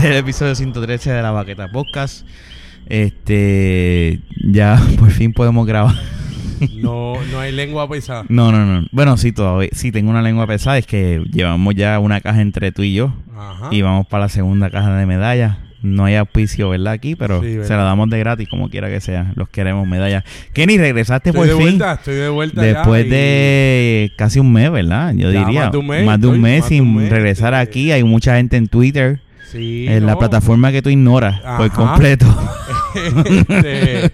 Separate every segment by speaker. Speaker 1: del episodio 113 de la Baqueta Podcast. Este, ya por fin podemos grabar.
Speaker 2: No, no hay lengua pesada.
Speaker 1: No, no, no. Bueno, sí, todavía. Sí, tengo una lengua pesada. Es que llevamos ya una caja entre tú y yo.
Speaker 2: Ajá.
Speaker 1: Y vamos para la segunda caja de medallas. No hay auspicio, ¿verdad? Aquí, pero
Speaker 2: Sí,
Speaker 1: se
Speaker 2: ¿verdad?
Speaker 1: la damos de gratis, como quiera que sea. Los queremos medallas. Kenny, regresaste
Speaker 2: Estoy
Speaker 1: por
Speaker 2: de
Speaker 1: fin.
Speaker 2: vuelta, estoy de vuelta. ya
Speaker 1: Después
Speaker 2: y-
Speaker 1: de casi un mes, ¿verdad? Yo
Speaker 2: Ya,
Speaker 1: diría.
Speaker 2: más de un mes,
Speaker 1: más de un
Speaker 2: estoy-
Speaker 1: mes
Speaker 2: más de
Speaker 1: sin
Speaker 2: un mes,
Speaker 1: regresar
Speaker 2: este-
Speaker 1: aquí. Hay mucha gente en Twitter,
Speaker 2: Sí,
Speaker 1: en la
Speaker 2: no.
Speaker 1: plataforma que tú ignoras por
Speaker 2: Ajá.
Speaker 1: completo,
Speaker 2: Este,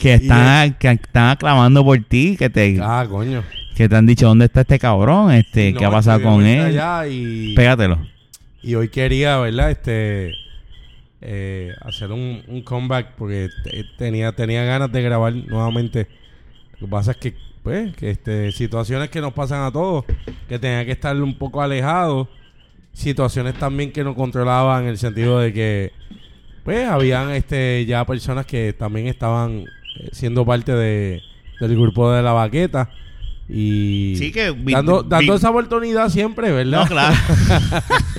Speaker 1: que están, que están aclamando por ti, que te,
Speaker 2: ah, coño.
Speaker 1: que te han dicho dónde está este cabrón, este,
Speaker 2: No,
Speaker 1: qué ha
Speaker 2: estoy
Speaker 1: pasado
Speaker 2: de
Speaker 1: con
Speaker 2: vuelta
Speaker 1: él.
Speaker 2: ya y,
Speaker 1: Pégatelo.
Speaker 2: y hoy quería, ¿verdad? Este, eh, hacer un, un comeback porque te- tenía, tenía ganas de grabar nuevamente. Lo que pasa es que, pues, que este, situaciones que nos pasan a todos, que tenía que estar un poco alejado. Situaciones también que no controlaba en el sentido de que, pues, habían este, ya personas que también estaban eh, siendo parte de, del grupo de la baqueta. Y
Speaker 1: Sí, que vi-
Speaker 2: dando,
Speaker 1: vi-
Speaker 2: dando esa oportunidad siempre, ¿verdad?
Speaker 1: No, claro.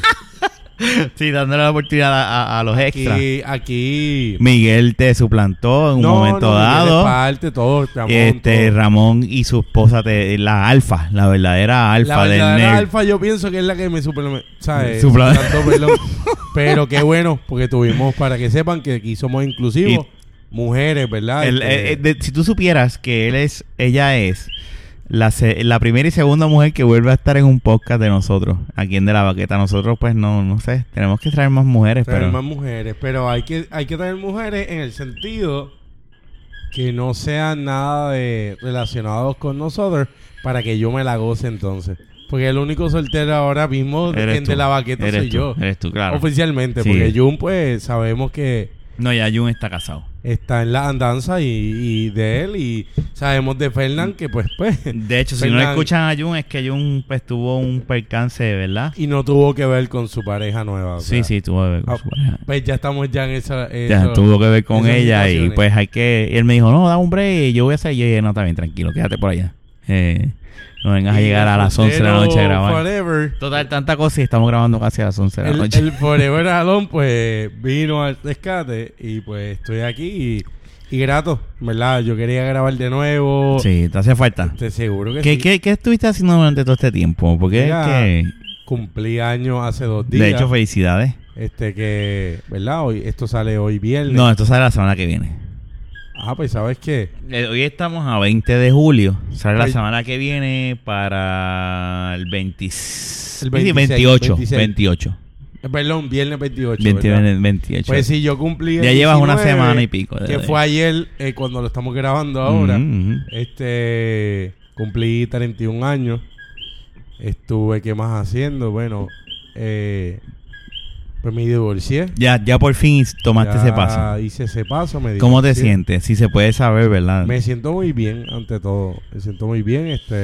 Speaker 1: sí, dándole la oportunidad a, a- a los extras.
Speaker 2: Aquí, aquí.
Speaker 1: Miguel te suplantó en un
Speaker 2: No,
Speaker 1: momento
Speaker 2: no, Miguel
Speaker 1: dado.
Speaker 2: es parte, todo, Ramón,
Speaker 1: este
Speaker 2: todo.
Speaker 1: Ramón y su esposa te- la alfa la verdadera alfa
Speaker 2: La
Speaker 1: del nerd
Speaker 2: verdadera alfa yo pienso que es la que me suplementó, ¿sabes?
Speaker 1: Supla-
Speaker 2: Tanto, perdón. Pero qué bueno, porque tuvimos, para que sepan que aquí somos inclusivos, mujeres, ¿verdad?
Speaker 1: El-
Speaker 2: Este,
Speaker 1: eh, eh, de- si tú supieras que él es ella es la, se- la primera y segunda mujer que vuelve a estar en un podcast de nosotros aquí en de la baqueta nosotros pues no no sé tenemos que traer más mujeres
Speaker 2: traer
Speaker 1: pero
Speaker 2: más mujeres, pero hay que, hay que traer mujeres en el sentido que no sean nada de relacionados con nosotros para que yo me la goce entonces. Porque el único soltero ahora mismo
Speaker 1: eres
Speaker 2: en
Speaker 1: tú,
Speaker 2: de la baqueta
Speaker 1: eres
Speaker 2: soy
Speaker 1: tú,
Speaker 2: yo.
Speaker 1: eres tú claro
Speaker 2: Oficialmente,
Speaker 1: Sí.
Speaker 2: porque Jun, pues, sabemos que
Speaker 1: no ya Jun está casado
Speaker 2: está en la andanza y, y de él, y sabemos de Fernán que, pues, pues,
Speaker 1: de hecho si no
Speaker 2: Fernan-
Speaker 1: escuchan a Jun es que Jun pues tuvo un percance verdad
Speaker 2: y no tuvo que ver con su pareja nueva. o sea,
Speaker 1: sí sí tuvo que ver con
Speaker 2: ah,
Speaker 1: su pareja.
Speaker 2: Pues ya estamos ya en esa.
Speaker 1: Ya,
Speaker 2: eso-
Speaker 1: tuvo que ver con
Speaker 2: esas
Speaker 1: ella y
Speaker 2: situaciones.
Speaker 1: pues hay que... y él me dijo, no, da un break, yo voy a salir. Y yo dije, no, está bien, tranquilo, quédate por allá. Eh, no vengas a
Speaker 2: y
Speaker 1: llegar
Speaker 2: el
Speaker 1: a las 11 de la
Speaker 2: soltero
Speaker 1: noche a grabar.
Speaker 2: Forever.
Speaker 1: Total, tanta cosa y estamos grabando casi a las 11 de la
Speaker 2: El,
Speaker 1: noche.
Speaker 2: el Forever Alone, pues, vino al rescate y, pues, estoy aquí y, y grato, ¿verdad? Yo quería grabar de nuevo.
Speaker 1: sí, te hace falta.
Speaker 2: Te seguro que
Speaker 1: ¿Qué,
Speaker 2: sí.
Speaker 1: qué, qué estuviste haciendo durante todo este tiempo? Porque
Speaker 2: Mira,
Speaker 1: es
Speaker 2: Cumplí años hace dos
Speaker 1: que...
Speaker 2: días.
Speaker 1: De hecho, felicidades.
Speaker 2: Este que, ¿verdad? Hoy, esto sale hoy viernes.
Speaker 1: No, esto sale la semana que viene.
Speaker 2: Ah, pues sabes qué.
Speaker 1: Eh, Hoy estamos a 20 de julio. Sale la
Speaker 2: Ay.
Speaker 1: semana que viene para el, 20 sí,
Speaker 2: 26,
Speaker 1: 28.
Speaker 2: 26.
Speaker 1: 28.
Speaker 2: Eh, Perdón, viernes 28.
Speaker 1: 20,
Speaker 2: ¿verdad?
Speaker 1: 28.
Speaker 2: Pues sí, yo cumplí. el
Speaker 1: Ya llevas una
Speaker 2: 19,
Speaker 1: semana y pico de- Mm.
Speaker 2: Que fue ayer eh, cuando lo estamos grabando ahora.
Speaker 1: Ujú, ujú.
Speaker 2: Este. Cumplí 31 años. Estuve, ¿qué más haciendo? Bueno, eh, pues me divorcié.
Speaker 1: Ya, ya por fin tomaste
Speaker 2: Ya
Speaker 1: ese paso.
Speaker 2: Hice ese paso, me
Speaker 1: ¿Cómo te
Speaker 2: divorcié.
Speaker 1: sientes? Si se puede saber, ¿verdad?
Speaker 2: Me siento muy bien, ante todo. Me siento muy bien, este.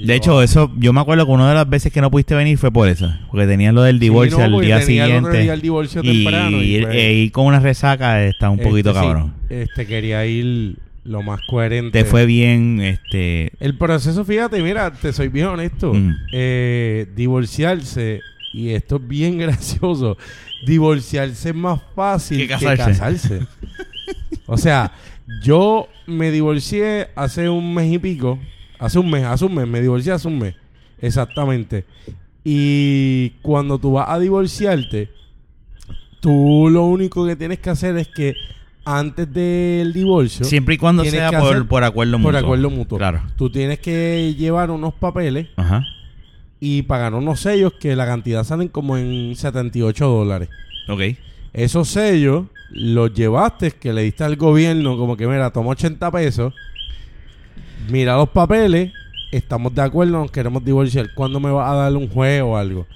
Speaker 1: de hecho, eso, yo me acuerdo que una de las veces que no pudiste venir fue por eso. Porque tenías lo del divorcio
Speaker 2: al
Speaker 1: al día
Speaker 2: El otro
Speaker 1: siguiente.
Speaker 2: día el divorcio
Speaker 1: y
Speaker 2: temprano. y,
Speaker 1: ir,
Speaker 2: pues,
Speaker 1: e ir con una resaca está un poquito
Speaker 2: este, sí,
Speaker 1: cabrón.
Speaker 2: este quería ir lo más coherente.
Speaker 1: Te fue bien, este.
Speaker 2: El proceso, fíjate, mira, te soy bien honesto.
Speaker 1: Mm.
Speaker 2: Eh, divorciarse, y esto es bien gracioso, divorciarse es más fácil
Speaker 1: Que
Speaker 2: que
Speaker 1: casarse.
Speaker 2: casarse. o sea, yo me divorcié hace un mes y pico. Hace un mes, hace un mes, me divorcié hace un mes. Exactamente. Y cuando tú vas a divorciarte, tú lo único que tienes que hacer es que antes del divorcio
Speaker 1: Siempre y cuando
Speaker 2: tienes
Speaker 1: sea
Speaker 2: que
Speaker 1: por,
Speaker 2: hacer-
Speaker 1: por acuerdo mutuo.
Speaker 2: por acuerdo mutuo.
Speaker 1: Claro.
Speaker 2: Tú tienes que llevar unos papeles
Speaker 1: Ajá.
Speaker 2: y pagar unos sellos que la cantidad salen como en 78 dólares.
Speaker 1: Ok.
Speaker 2: Esos sellos los llevaste, que le diste al gobierno, como que mira, toma 80 pesos, mira los papeles, estamos de acuerdo, nos queremos divorciar. ¿Cuándo me vas a dar un juez o algo?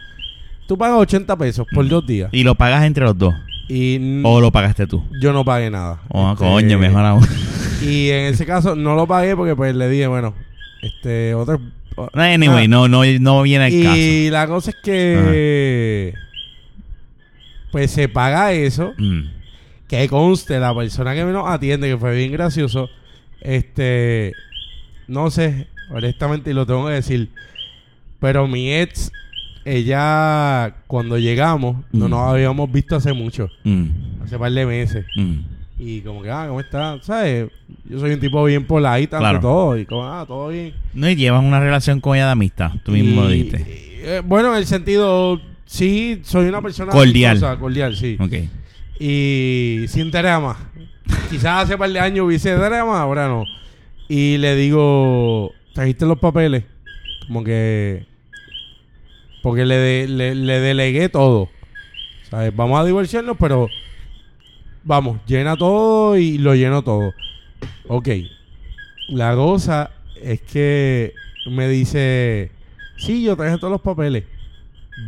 Speaker 2: Tú pagas 80 pesos por dos días
Speaker 1: Mm. Y lo pagas entre los dos.
Speaker 2: y n-
Speaker 1: O lo pagaste tú.
Speaker 2: yo no pagué nada.
Speaker 1: Oh,
Speaker 2: Este,
Speaker 1: coño, mejor aún.
Speaker 2: Y en ese caso no lo pagué porque pues le dije, bueno, este, otro...
Speaker 1: Anyway, no, no, no viene al caso.
Speaker 2: Y la cosa es que. Pues se paga eso.
Speaker 1: Mm.
Speaker 2: Que conste, la persona que nos atiende, que fue bien gracioso. Este. No sé, honestamente, y lo tengo que decir. Pero mi ex ella, cuando llegamos, no
Speaker 1: Mm.
Speaker 2: nos habíamos visto hace mucho,
Speaker 1: Mm,
Speaker 2: hace par de meses.
Speaker 1: mm.
Speaker 2: Y como que, ah, ¿cómo estás? ¿Sabes? Yo soy un tipo bien poladita
Speaker 1: Claro.
Speaker 2: ante todo. Y como, ah, todo bien.
Speaker 1: No, y llevas una relación con ella de amistad, tú mismo
Speaker 2: Y-
Speaker 1: dijiste.
Speaker 2: y, eh, bueno, en el sentido, sí, soy una persona...
Speaker 1: Cordial.
Speaker 2: amistosa, cordial, sí.
Speaker 1: Ok.
Speaker 2: Y sin drama. Quizás hace par de años hubiese drama, ahora no. Y le digo, trajiste los papeles. Como que... Porque le, de- le, le delegué todo. ¿Sabes? Vamos a divorciarnos, pero... Vamos, llena todo y lo lleno todo. Ok. La cosa es que me dice, sí, yo traje todos los papeles.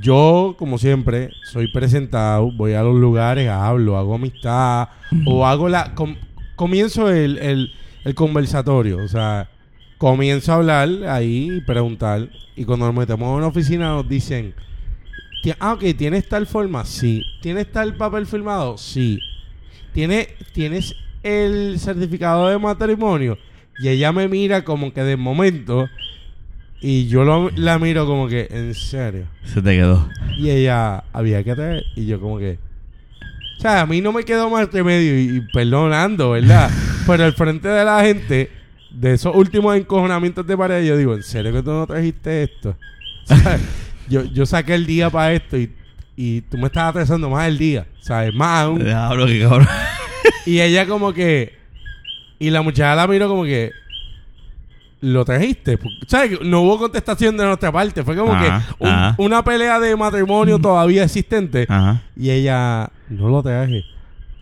Speaker 2: Yo, como siempre, soy presentado, voy a los lugares, hablo, hago amistad, o hago la... com- comienzo el, el- el conversatorio, o sea, comienzo a hablar ahí y preguntar, y cuando nos metemos a una oficina nos dicen, "Ti- ah, ok, ¿tienes tal forma? Sí. ¿Tienes tal papel firmado? Sí. ¿Tienes, ¿Tienes el certificado de matrimonio? Y ella me mira como que de momento, y yo lo- la miro como que, en serio.
Speaker 1: Se te quedó.
Speaker 2: Y ella, había que traer. Y yo, como que. O sea, a mí no me quedó más remedio. Y, y perdonando, ¿verdad? Pero al frente de la gente, de esos últimos encojonamientos de pared, yo digo, ¿en serio que tú no trajiste esto? ¿Sabes? yo, yo saqué el día para esto y, y tú me estás atrasando más el día. ¿Sabes? Más aún.
Speaker 1: Diablo, qué cabrón.
Speaker 2: Y ella como que... Y la muchacha la miró como que... Lo trajiste. Pu- ¿Sabes? No hubo contestación de nuestra parte. Fue como
Speaker 1: Ajá,
Speaker 2: que un-
Speaker 1: ajá.
Speaker 2: una pelea de matrimonio todavía existente.
Speaker 1: Ajá.
Speaker 2: Y ella... No lo traje.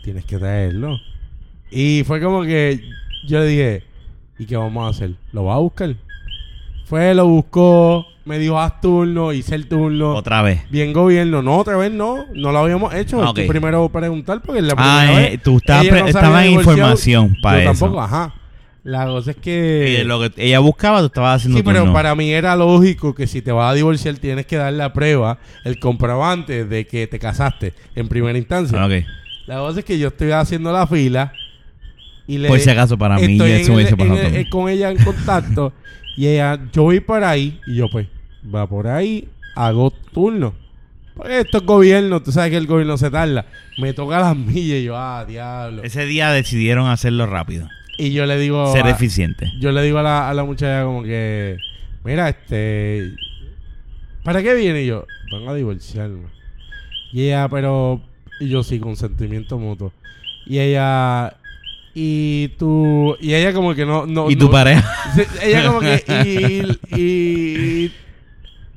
Speaker 2: Tienes que traerlo. Y fue como que... Yo le dije... ¿Y qué vamos a hacer? ¿Lo vas a buscar? Fue, lo buscó. Me dijo haz turno. Hice el turno.
Speaker 1: Otra vez.
Speaker 2: Bien gobierno. No, otra vez no. No lo habíamos hecho.
Speaker 1: Ah, ok.
Speaker 2: Esto Primero preguntar porque la primera
Speaker 1: Ah, eh,
Speaker 2: vez
Speaker 1: tú estabas
Speaker 2: ella
Speaker 1: pre-
Speaker 2: no se
Speaker 1: estabas
Speaker 2: había
Speaker 1: en
Speaker 2: divorciado.
Speaker 1: información para
Speaker 2: Yo
Speaker 1: eso.
Speaker 2: tampoco, ajá. La cosa es
Speaker 1: Y de
Speaker 2: que...
Speaker 1: lo que ella buscaba, tú estabas haciendo
Speaker 2: Sí, pero
Speaker 1: turno.
Speaker 2: para mí era lógico que si te vas a divorciar tienes que dar la prueba, el comprobante de que te casaste en primera instancia.
Speaker 1: Ah, ok.
Speaker 2: La cosa es que yo estoy haciendo la fila y le...
Speaker 1: Por si acaso, para mí,
Speaker 2: estoy
Speaker 1: ya
Speaker 2: en
Speaker 1: eso hubiese
Speaker 2: el- en
Speaker 1: pasado
Speaker 2: el-
Speaker 1: también.
Speaker 2: con ella en contacto y ella, yo voy para ahí y yo pues, va por ahí, hago turno. Porque esto es gobierno, tú sabes que el gobierno se tarda. Me toca las millas y yo, ah, diablo.
Speaker 1: Ese día decidieron hacerlo rápido.
Speaker 2: Y yo le digo... "Ah,
Speaker 1: ser
Speaker 2: a-
Speaker 1: eficiente.
Speaker 2: yo le digo a la, a la muchacha como que, mira, este, ¿para qué viene? Y yo, van a divorciarme. Y ella, pero, y yo sí, consentimiento mutuo. Y ella, y tú, y ella como que no, no.
Speaker 1: ¿Y tu
Speaker 2: no-
Speaker 1: pareja?
Speaker 2: Sí, Ella como que, y, y, y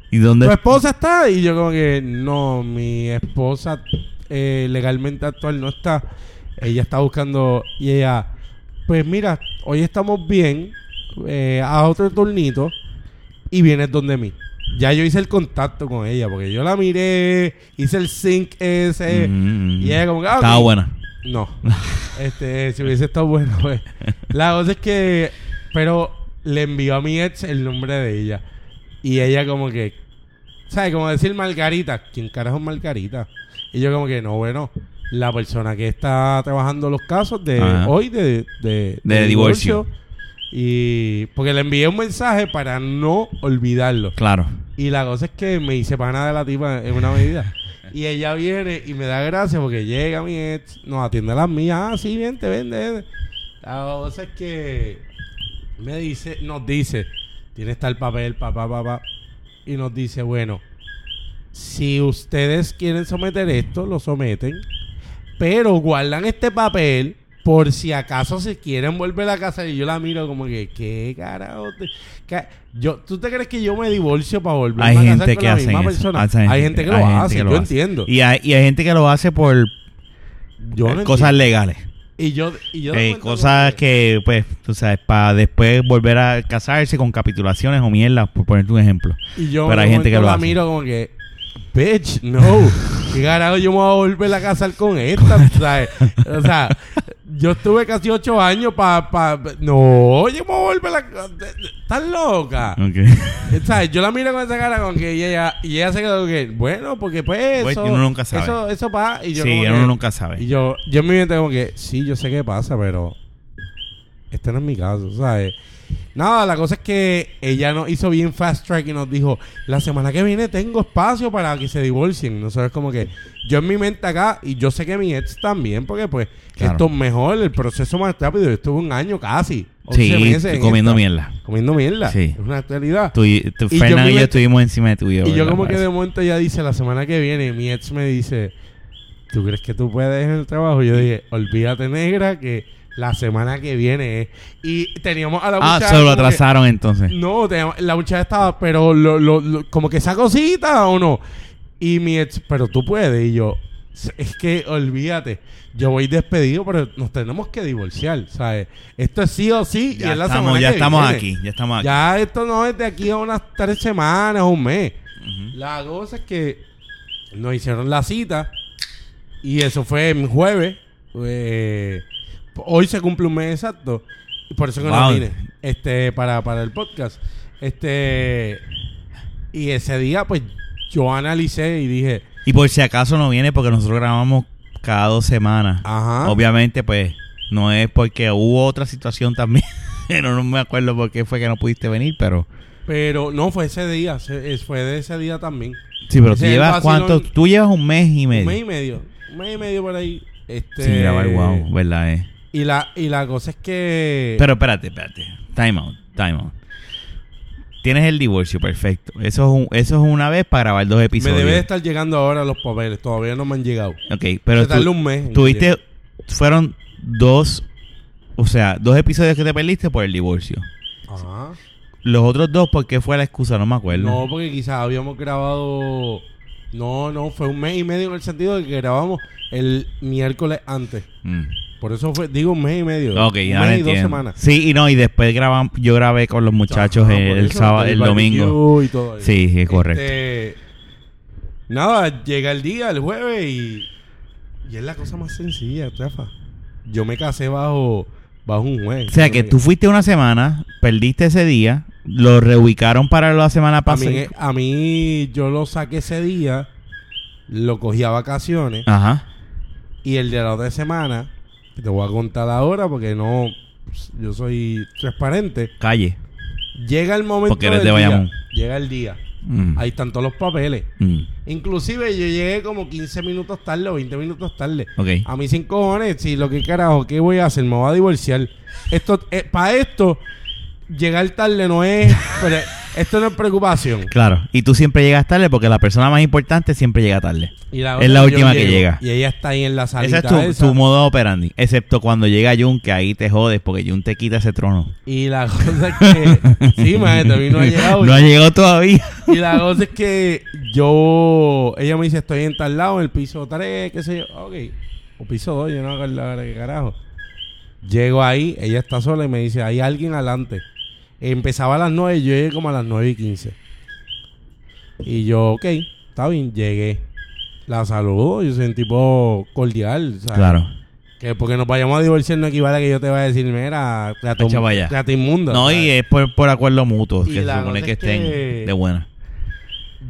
Speaker 1: ¿Y
Speaker 2: tu
Speaker 1: dónde?
Speaker 2: esposa está, y yo como que, no, mi esposa eh, legalmente actual no está. Ella está buscando, y ella, pues mira, hoy estamos bien, eh, a otro turnito, y vienes donde mí. Ya yo hice el contacto con ella, porque yo la miré, hice el sync ese,
Speaker 1: Mm, mm,
Speaker 2: eh. y ella como que, ah,
Speaker 1: Estaba
Speaker 2: ok.
Speaker 1: buena.
Speaker 2: No. este, si hubiese estado bueno, pues. La cosa es que. Pero le envió a mi ex el nombre de ella. Y ella, como que. ¿Sabes? Como decir Margarita. ¿Quién carajo es Margarita? Y yo, como que, no, bueno. La persona que está trabajando los casos de
Speaker 1: Ajá.
Speaker 2: hoy de, de,
Speaker 1: De divorcio.
Speaker 2: Y. Porque le envié un mensaje para no olvidarlo.
Speaker 1: Claro.
Speaker 2: Y la cosa es que me hice pana de la tipa en una medida. Y ella viene y me da gracias porque llega mi ex, nos atiende a las mías. Ah, sí, bien, te vende. vende. La cosa es que me dice, nos dice, tienes tal papel, papá, papá. Y nos dice, bueno, si ustedes quieren someter esto, lo someten. Pero guardan este papel por si acaso se quieren volver a casa. Y yo la miro como que, ¿qué carajo? te- ca- yo, ¿Tú te crees que yo me divorcio para volver
Speaker 1: Hay
Speaker 2: a casar
Speaker 1: gente
Speaker 2: con
Speaker 1: que
Speaker 2: la
Speaker 1: hace
Speaker 2: misma
Speaker 1: eso.
Speaker 2: persona?
Speaker 1: Hace-
Speaker 2: hay gente que lo
Speaker 1: hay gente
Speaker 2: hace,
Speaker 1: que lo
Speaker 2: yo
Speaker 1: hace.
Speaker 2: entiendo.
Speaker 1: Y hay, y hay gente que lo hace por
Speaker 2: yo
Speaker 1: eh,
Speaker 2: no
Speaker 1: cosas
Speaker 2: entiendo.
Speaker 1: legales.
Speaker 2: Y yo, y yo de
Speaker 1: Eh,
Speaker 2: momento
Speaker 1: cosas
Speaker 2: como
Speaker 1: que, pues, tú sabes, para después volver a casarse con capitulaciones o mierda, por ponerte un ejemplo.
Speaker 2: Y yo
Speaker 1: Pero
Speaker 2: de
Speaker 1: hay gente
Speaker 2: momento
Speaker 1: que lo
Speaker 2: la
Speaker 1: hace.
Speaker 2: miro como que, bitch, no. ¿Qué carajo yo me voy a volver a casar con esta? ¿sabes? O sea, yo estuve casi ocho años para... no, yo me voy a volver a... ca- ¿Estás loca?
Speaker 1: Mm. Ok.
Speaker 2: ¿Sabes? Yo la miro con esa cara con que y ella, y ella se quedó como que, bueno, porque pues
Speaker 1: Pues,
Speaker 2: eso...
Speaker 1: uno nunca sabe.
Speaker 2: Eso, eso va. Y yo
Speaker 1: sí,
Speaker 2: como
Speaker 1: uno
Speaker 2: que-
Speaker 1: nunca sabe.
Speaker 2: y yo, yo en mi mente como que, sí, yo sé qué pasa, pero este no es mi caso, ¿sabes? Nada, la cosa es que ella nos hizo bien fast track y nos dijo, la semana que viene tengo espacio para que se divorcien. Nosotros como que yo en mi mente acá y yo sé que mi ex también, porque pues
Speaker 1: Claro.
Speaker 2: esto es mejor, el proceso más rápido. Yo estuve un año casi, 11
Speaker 1: Sí,
Speaker 2: meses
Speaker 1: estoy
Speaker 2: en
Speaker 1: comiendo
Speaker 2: esta-
Speaker 1: mierda.
Speaker 2: Comiendo mierda.
Speaker 1: Sí.
Speaker 2: Es una actualidad.
Speaker 1: Tú, y- tú-
Speaker 2: Y yo
Speaker 1: Fernan y
Speaker 2: me-
Speaker 1: yo estuvimos encima de tuyo.
Speaker 2: Y yo como que de momento ella dice, la semana que viene, mi ex me dice, ¿tú crees que tú puedes en el trabajo? Yo dije, olvídate negra que la semana que viene es... Y teníamos a la
Speaker 1: Ah,
Speaker 2: muchacha
Speaker 1: se lo
Speaker 2: como que-
Speaker 1: atrasaron entonces.
Speaker 2: no, teníamos- la muchacha estaba, pero lo, lo- lo- como que esa cosita o no. Y mi ex, pero tú puedes. Y yo, "S- es que olvídate, yo voy despedido, pero nos tenemos que divorciar, ¿sabes? Esto es sí o sí y
Speaker 1: Ya
Speaker 2: es la
Speaker 1: estamos,
Speaker 2: semana
Speaker 1: ya
Speaker 2: que
Speaker 1: estamos
Speaker 2: viene.
Speaker 1: aquí, ya estamos aquí.
Speaker 2: Ya esto no es de aquí a unas tres semanas, un mes. La cosa es que nos hicieron la cita y eso fue en jueves. eh, hoy se cumple un mes exacto. y Por eso que
Speaker 1: Wow.
Speaker 2: no vine este, para, para el podcast. Este, y ese día, pues, yo analicé y dije,
Speaker 1: Y por si acaso no viene porque nosotros grabamos cada dos semanas.
Speaker 2: ajá.
Speaker 1: Obviamente, pues, no es porque hubo otra situación también. no, no me acuerdo por qué fue que no pudiste venir, pero...
Speaker 2: Pero no, fue ese día, se- es- fue de ese día también.
Speaker 1: Sí, pero tú
Speaker 2: Ese es el
Speaker 1: llevas
Speaker 2: vacilón.
Speaker 1: cuánto... Tú llevas un mes y medio.
Speaker 2: Un mes y medio. Un mes y medio por ahí. Este,
Speaker 1: Sin grabar, wow, ¿verdad? Eh?
Speaker 2: Y la, y la cosa es que...
Speaker 1: Pero espérate, espérate. Time out, time out. Tienes el divorcio, perfecto. Eso es, un- eso es una vez para grabar dos
Speaker 2: me
Speaker 1: episodios.
Speaker 2: debe de estar llegando ahora los papeles. Todavía no me han llegado.
Speaker 1: Ok, pero
Speaker 2: Se tardó
Speaker 1: tú-
Speaker 2: un mes. en
Speaker 1: tuviste...
Speaker 2: llegar.
Speaker 1: Fueron dos... O sea, dos episodios que te perdiste por el divorcio. Ah.
Speaker 2: Ajá.
Speaker 1: Los otros dos, ¿por qué fue la excusa? No me acuerdo.
Speaker 2: No, porque quizás habíamos grabado... No, no, fue un mes y medio en el sentido de que grabamos el miércoles antes.
Speaker 1: Mm.
Speaker 2: Por eso fue, digo un mes y medio.
Speaker 1: Ok,
Speaker 2: un
Speaker 1: ya
Speaker 2: mes
Speaker 1: lo
Speaker 2: y dos
Speaker 1: entiendo.
Speaker 2: semanas.
Speaker 1: Sí, y no, y después grabam, yo grabé con los muchachos
Speaker 2: Ajá,
Speaker 1: el,
Speaker 2: por
Speaker 1: el
Speaker 2: eso,
Speaker 1: sábado, el
Speaker 2: barbecue
Speaker 1: domingo.
Speaker 2: y todo eso.
Speaker 1: Sí, sí, correcto.
Speaker 2: Este, nada, llega el día, el jueves y... Y es la cosa más sencilla, Rafa. Yo me casé bajo, bajo un juez.
Speaker 1: O sea que tú fuiste una semana, perdiste ese día, lo reubicaron para la semana
Speaker 2: A mí,
Speaker 1: pasada.
Speaker 2: a mí, yo lo saqué ese día, lo cogí a vacaciones
Speaker 1: Ajá.
Speaker 2: y el de la otra semana, que te voy a contar ahora porque no, pues, yo soy transparente.
Speaker 1: Calle.
Speaker 2: Llega el momento
Speaker 1: Porque eres
Speaker 2: del
Speaker 1: de
Speaker 2: día,
Speaker 1: Bayamón.
Speaker 2: Llega el día.
Speaker 1: Mm.
Speaker 2: Ahí están todos los papeles.
Speaker 1: Mm.
Speaker 2: Inclusive yo llegué como 15 minutos tarde o 20 minutos tarde.
Speaker 1: Ok.
Speaker 2: A mí sin cojones, si lo que carajo, ¿qué voy a hacer? Me voy a divorciar. Esto, para esto, llegar tarde no es, pero esto no es preocupación.
Speaker 1: Claro. Y tú siempre llegas tarde porque la persona más importante siempre llega tarde.
Speaker 2: Y la
Speaker 1: Es
Speaker 2: otra,
Speaker 1: la
Speaker 2: yo
Speaker 1: última que
Speaker 2: llego,
Speaker 1: llega.
Speaker 2: Y ella está ahí en la salita
Speaker 1: Ese es tu,
Speaker 2: esa.
Speaker 1: tu modo operandi. Excepto cuando llega Jun, que ahí te jodes porque Jun te quita ese trono.
Speaker 2: Y la cosa es que... sí, madre, todavía no ha llegado.
Speaker 1: No ha llegado todavía.
Speaker 2: Y la cosa es que yo... Ella me dice, estoy en tal lado, en el piso 3, qué sé yo. Ok. O piso 2, yo no me acuerdo ahora qué carajo. Llego ahí, ella está sola y me dice, hay alguien adelante. Empezaba a las 9, yo llegué como a las 9 y 15. Y yo, ok, está bien, llegué. La saludo, yo soy un tipo cordial. ¿sabes?
Speaker 1: Claro.
Speaker 2: Que porque nos vayamos a divorciar no equivale a que yo te vaya a decir, mira, trato,
Speaker 1: Echa para allá.
Speaker 2: trato inmundo.
Speaker 1: No, y
Speaker 2: ¿sabes?
Speaker 1: es por, por acuerdo mutuo,
Speaker 2: Y
Speaker 1: que se
Speaker 2: la
Speaker 1: supone
Speaker 2: cosa
Speaker 1: que
Speaker 2: es
Speaker 1: estén
Speaker 2: que-
Speaker 1: de buena.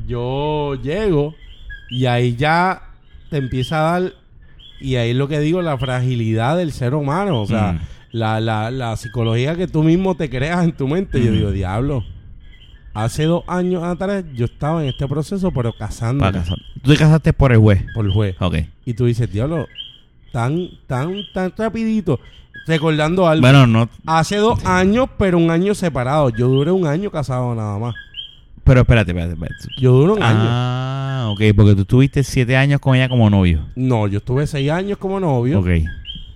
Speaker 2: Yo llego y ahí ya te empieza a dar, y ahí es lo que digo, la fragilidad del ser humano, o sea,
Speaker 1: Mm.
Speaker 2: la, la, la psicología que tú mismo te creas en tu mente. Yo
Speaker 1: Mm.
Speaker 2: digo, diablo, hace dos años atrás yo estaba en este proceso, pero casando
Speaker 1: Para casar. Tú te casaste por el juez.
Speaker 2: por el juez.
Speaker 1: Ok.
Speaker 2: Y tú dices, diablo, tan, tan, tan rapidito, recordando algo.
Speaker 1: Bueno, no.
Speaker 2: Hace dos años, pero un año separado. Yo duré un año casado nada más.
Speaker 1: Pero espérate, espérate. espérate.
Speaker 2: Yo duré un año.
Speaker 1: Ah, ok, porque tú tuviste siete años con ella como novio.
Speaker 2: No, yo estuve seis años como novio.
Speaker 1: Ok.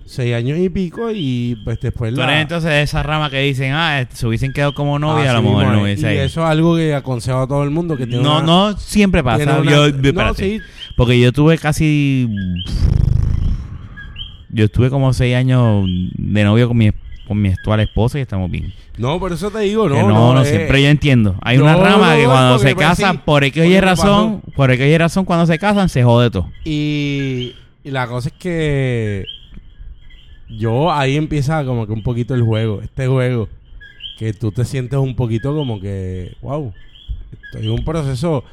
Speaker 2: Seis años y pico y pues después
Speaker 1: Tú
Speaker 2: la...
Speaker 1: eres entonces de esa rama que dicen, ah, eh, se hubiesen quedado como novia, a lo
Speaker 2: Así
Speaker 1: mejor
Speaker 2: mismo
Speaker 1: no
Speaker 2: es.
Speaker 1: hubiese
Speaker 2: Ah, Y
Speaker 1: ahí.
Speaker 2: eso es algo que aconsejo a todo el mundo que tiene
Speaker 1: No,
Speaker 2: una-
Speaker 1: no siempre
Speaker 2: tiene
Speaker 1: pasa.
Speaker 2: una-
Speaker 1: Yo,
Speaker 2: No,
Speaker 1: espérate.
Speaker 2: sí.
Speaker 1: Porque yo tuve casi. Yo estuve como seis años de novio con mi, con mi actual esposa y estamos bien.
Speaker 2: No, por eso te digo, no.
Speaker 1: Que no, no,
Speaker 2: eh,
Speaker 1: siempre yo entiendo. Hay
Speaker 2: no,
Speaker 1: una rama
Speaker 2: no,
Speaker 1: que
Speaker 2: no,
Speaker 1: cuando
Speaker 2: porque
Speaker 1: se
Speaker 2: pues
Speaker 1: casan,
Speaker 2: sí,
Speaker 1: por X o
Speaker 2: porque
Speaker 1: Y
Speaker 2: me
Speaker 1: razón, por X o Y razón, cuando se casan, se jode todo.
Speaker 2: Y, y la cosa es que yo ahí empieza como que un poquito el juego, este juego, que tú te sientes un poquito como que, wow, estoy en un proceso,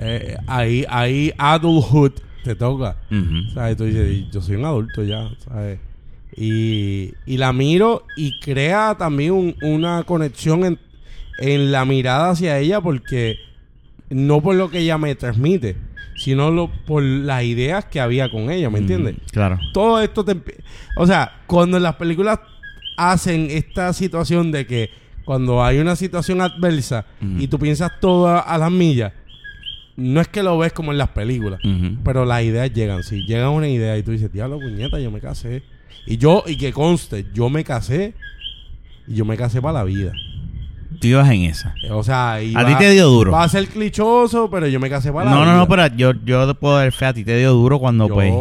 Speaker 2: eh, ahí, ahí adulthood te toca.
Speaker 1: Ujú.
Speaker 2: ¿Sabes? Tú dices, yo soy un adulto ya, ¿sabes? Y, y la miro y crea también un- una conexión en, en la mirada hacia ella porque no por lo que ella me transmite, sino lo- por las ideas que había con ella, ¿me entiendes?
Speaker 1: Mm, Claro.
Speaker 2: todo esto te empie- o sea cuando en las películas hacen esta situación de que cuando hay una situación adversa
Speaker 1: Ujú.
Speaker 2: y tú piensas todo a, a las millas no es que lo ves como en las películas
Speaker 1: Ujú.
Speaker 2: pero las ideas llegan si llega una idea y tú dices diablo puñeta yo me casé y yo y que conste yo me casé y yo me casé para la vida
Speaker 1: Tú ibas en esa.
Speaker 2: Eh, o sea y
Speaker 1: A
Speaker 2: va-
Speaker 1: ti te dio duro.
Speaker 2: va a ser clichoso pero yo me casé para la
Speaker 1: No,
Speaker 2: vida
Speaker 1: no, no, pero yo, yo te puedo dar fe a ti. Te dio duro cuando,
Speaker 2: yo
Speaker 1: pues.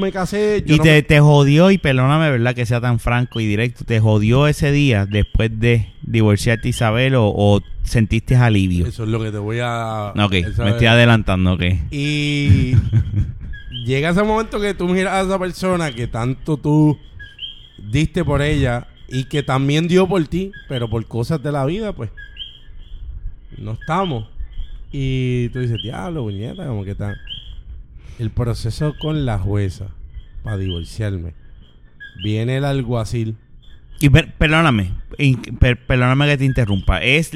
Speaker 2: me casé yo
Speaker 1: Y
Speaker 2: no
Speaker 1: te,
Speaker 2: me-
Speaker 1: te jodió, y perdóname, ¿verdad? Que sea tan franco y directo. ¿Te jodió ese día después de divorciarte Isabel o, o sentiste alivio?
Speaker 2: eso es lo que te voy a
Speaker 1: Ok,
Speaker 2: esa-
Speaker 1: me estoy adelantando, ok.
Speaker 2: Y llega ese momento que tú miras a esa persona que tanto tú diste por ella y que también dio por ti, pero por cosas de la vida, pues no estamos. Y tú dices, diablo, puñeta, como que está. El proceso con la jueza para divorciarme. Viene el alguacil.
Speaker 1: Y per- perdóname, in- per- perdóname que te interrumpa. ¿Es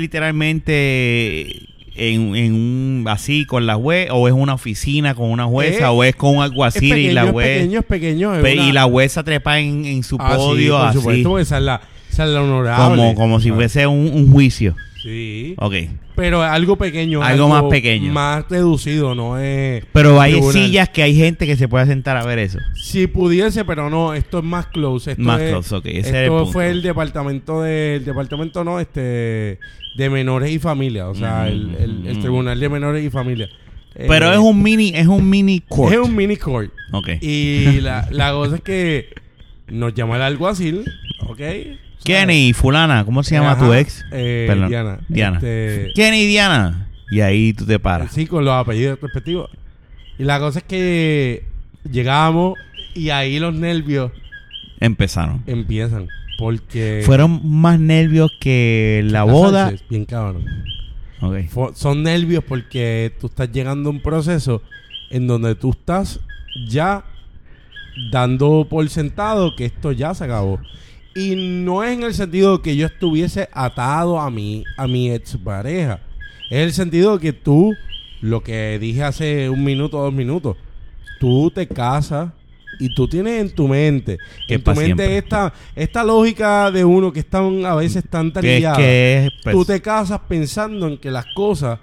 Speaker 1: literalmente en, en un así con la juez o es una oficina con una jueza
Speaker 2: Eh,
Speaker 1: o es con un
Speaker 2: Es
Speaker 1: alguacil
Speaker 2: pequeño,
Speaker 1: y la
Speaker 2: es
Speaker 1: juez
Speaker 2: pequeño, es pequeño. es
Speaker 1: pe-
Speaker 2: una-
Speaker 1: y la jueza trepa en, en su
Speaker 2: Ah, sí,
Speaker 1: podio
Speaker 2: por
Speaker 1: así
Speaker 2: supuesto, esa es la, esa es la honorable.
Speaker 1: como como si
Speaker 2: Ah,
Speaker 1: fuese un, un juicio.
Speaker 2: Sí.
Speaker 1: Ok.
Speaker 2: Pero algo pequeño.
Speaker 1: Algo más pequeño.
Speaker 2: Más reducido, no es...
Speaker 1: Pero hay
Speaker 2: tribunal. Eh,
Speaker 1: sillas que hay gente que se puede sentar a ver eso.
Speaker 2: Si pudiese, pero no, esto es más close. Esto
Speaker 1: Más
Speaker 2: es-
Speaker 1: close, ok, ese
Speaker 2: esto
Speaker 1: era el punto.
Speaker 2: fue el departamento de... El departamento, no, este... De menores y familia. O sea, el, el- el
Speaker 1: Mm.
Speaker 2: tribunal de menores y familia. Eh,
Speaker 1: Pero es un mini es un mini court.
Speaker 2: Es un mini court.
Speaker 1: Ok.
Speaker 2: Y la, la cosa es que nos llama el alguacil, ¿ok?
Speaker 1: Kenny, fulana, ¿cómo se llama
Speaker 2: eh, Ajá,
Speaker 1: tu ex?
Speaker 2: eh,
Speaker 1: Perdón,
Speaker 2: Diana.
Speaker 1: Diana.
Speaker 2: Este-
Speaker 1: Kenny, Diana. Y ahí tú te paras.
Speaker 2: Sí, con los apellidos respectivos. Y la cosa es que llegamos y ahí los nervios
Speaker 1: Empezaron.
Speaker 2: empiezan. Porque.
Speaker 1: Fueron más nervios que la
Speaker 2: Las
Speaker 1: boda.
Speaker 2: Sánchez, bien cabrón.
Speaker 1: Ok.
Speaker 2: Fo- Son nervios porque tú estás llegando a un proceso en donde tú estás ya dando por sentado que esto ya se acabó. Y no es en el sentido que yo estuviese atado a mi, a mi ex pareja. Es el sentido que tú, lo que dije hace un minuto, dos minutos, tú te casas y tú tienes en tu mente,
Speaker 1: Que
Speaker 2: en tu
Speaker 1: pa'
Speaker 2: mente
Speaker 1: siempre.
Speaker 2: esta, esta lógica de uno que están a veces tan
Speaker 1: Que es
Speaker 2: trillada
Speaker 1: que es, pues,
Speaker 2: tú te casas pensando en que las cosas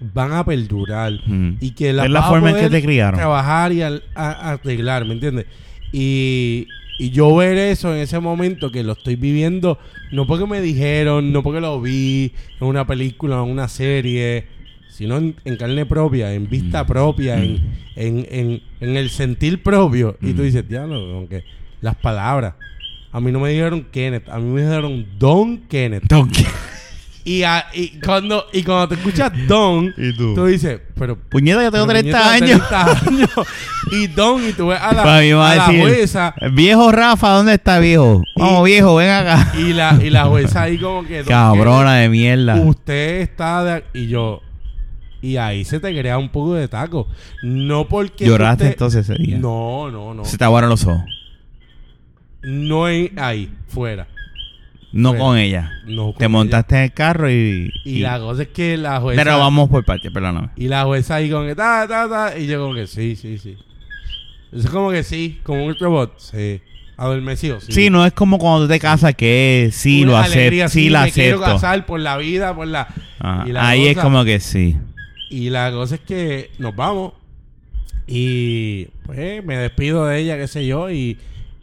Speaker 2: van a perdurar
Speaker 1: Mm.
Speaker 2: y que las
Speaker 1: Es la
Speaker 2: vas a
Speaker 1: forma en que
Speaker 2: poder
Speaker 1: te criaron.
Speaker 2: trabajar y al- a- arreglar, ¿me entiendes? Y, y yo ver eso en ese momento que lo estoy viviendo, no porque me dijeron, no porque lo vi en una película, en una serie, sino en, en carne propia, en vista
Speaker 1: Mm.
Speaker 2: propia, en, en, en- en el sentir propio. Y
Speaker 1: Mm.
Speaker 2: tú dices, diablo, aunque las palabras. A mí no me dijeron Kenneth, a mí me dijeron Don Kenneth.
Speaker 1: Donkey.
Speaker 2: Y, a- y cuando, y cuando te escuchas Don,
Speaker 1: ¿Y tú?
Speaker 2: dices, pero.
Speaker 1: Puñeta, yo tengo
Speaker 2: pero
Speaker 1: 30
Speaker 2: puñeta,
Speaker 1: años.
Speaker 2: 30 años. Y Don, y tú ves a la,
Speaker 1: Para mí me va
Speaker 2: a
Speaker 1: a
Speaker 2: la
Speaker 1: decir,
Speaker 2: jueza.
Speaker 1: Viejo Rafa, ¿dónde está viejo? Vamos, viejo, ven acá.
Speaker 2: Y la, y la jueza ahí como que. "Don,
Speaker 1: Cabrona de
Speaker 2: que
Speaker 1: mierda.
Speaker 2: Usted está. de- y yo. Y ahí se te crea un poco de taco. No porque.
Speaker 1: ¿Lloraste
Speaker 2: usted-
Speaker 1: entonces ese día?
Speaker 2: No, no, no.
Speaker 1: Se te aguaron los ojos.
Speaker 2: No en- ahí, fuera.
Speaker 1: No
Speaker 2: Bueno,
Speaker 1: con ella.
Speaker 2: No,
Speaker 1: Te
Speaker 2: con
Speaker 1: montaste en el carro y...
Speaker 2: ella. Y la cosa es que la jueza.
Speaker 1: Pero vamos por partes, perdóname.
Speaker 2: Y la jueza ahí con que ta, ta, ta. Y yo como que sí, sí, sí. Eso es como que sí, como un robot. Sí. Adormecido. Sí,
Speaker 1: Sí, no es como cuando tú te casas que sí, lo
Speaker 2: Una
Speaker 1: acepto.
Speaker 2: alegría,
Speaker 1: Sí, la
Speaker 2: me quiero
Speaker 1: acepto.
Speaker 2: casar por la vida, por la...
Speaker 1: Ajá,
Speaker 2: y la
Speaker 1: Ahí es
Speaker 2: cosa-
Speaker 1: como que sí.
Speaker 2: Y la cosa es que nos vamos. Y pues me despido de ella, qué sé yo. Y,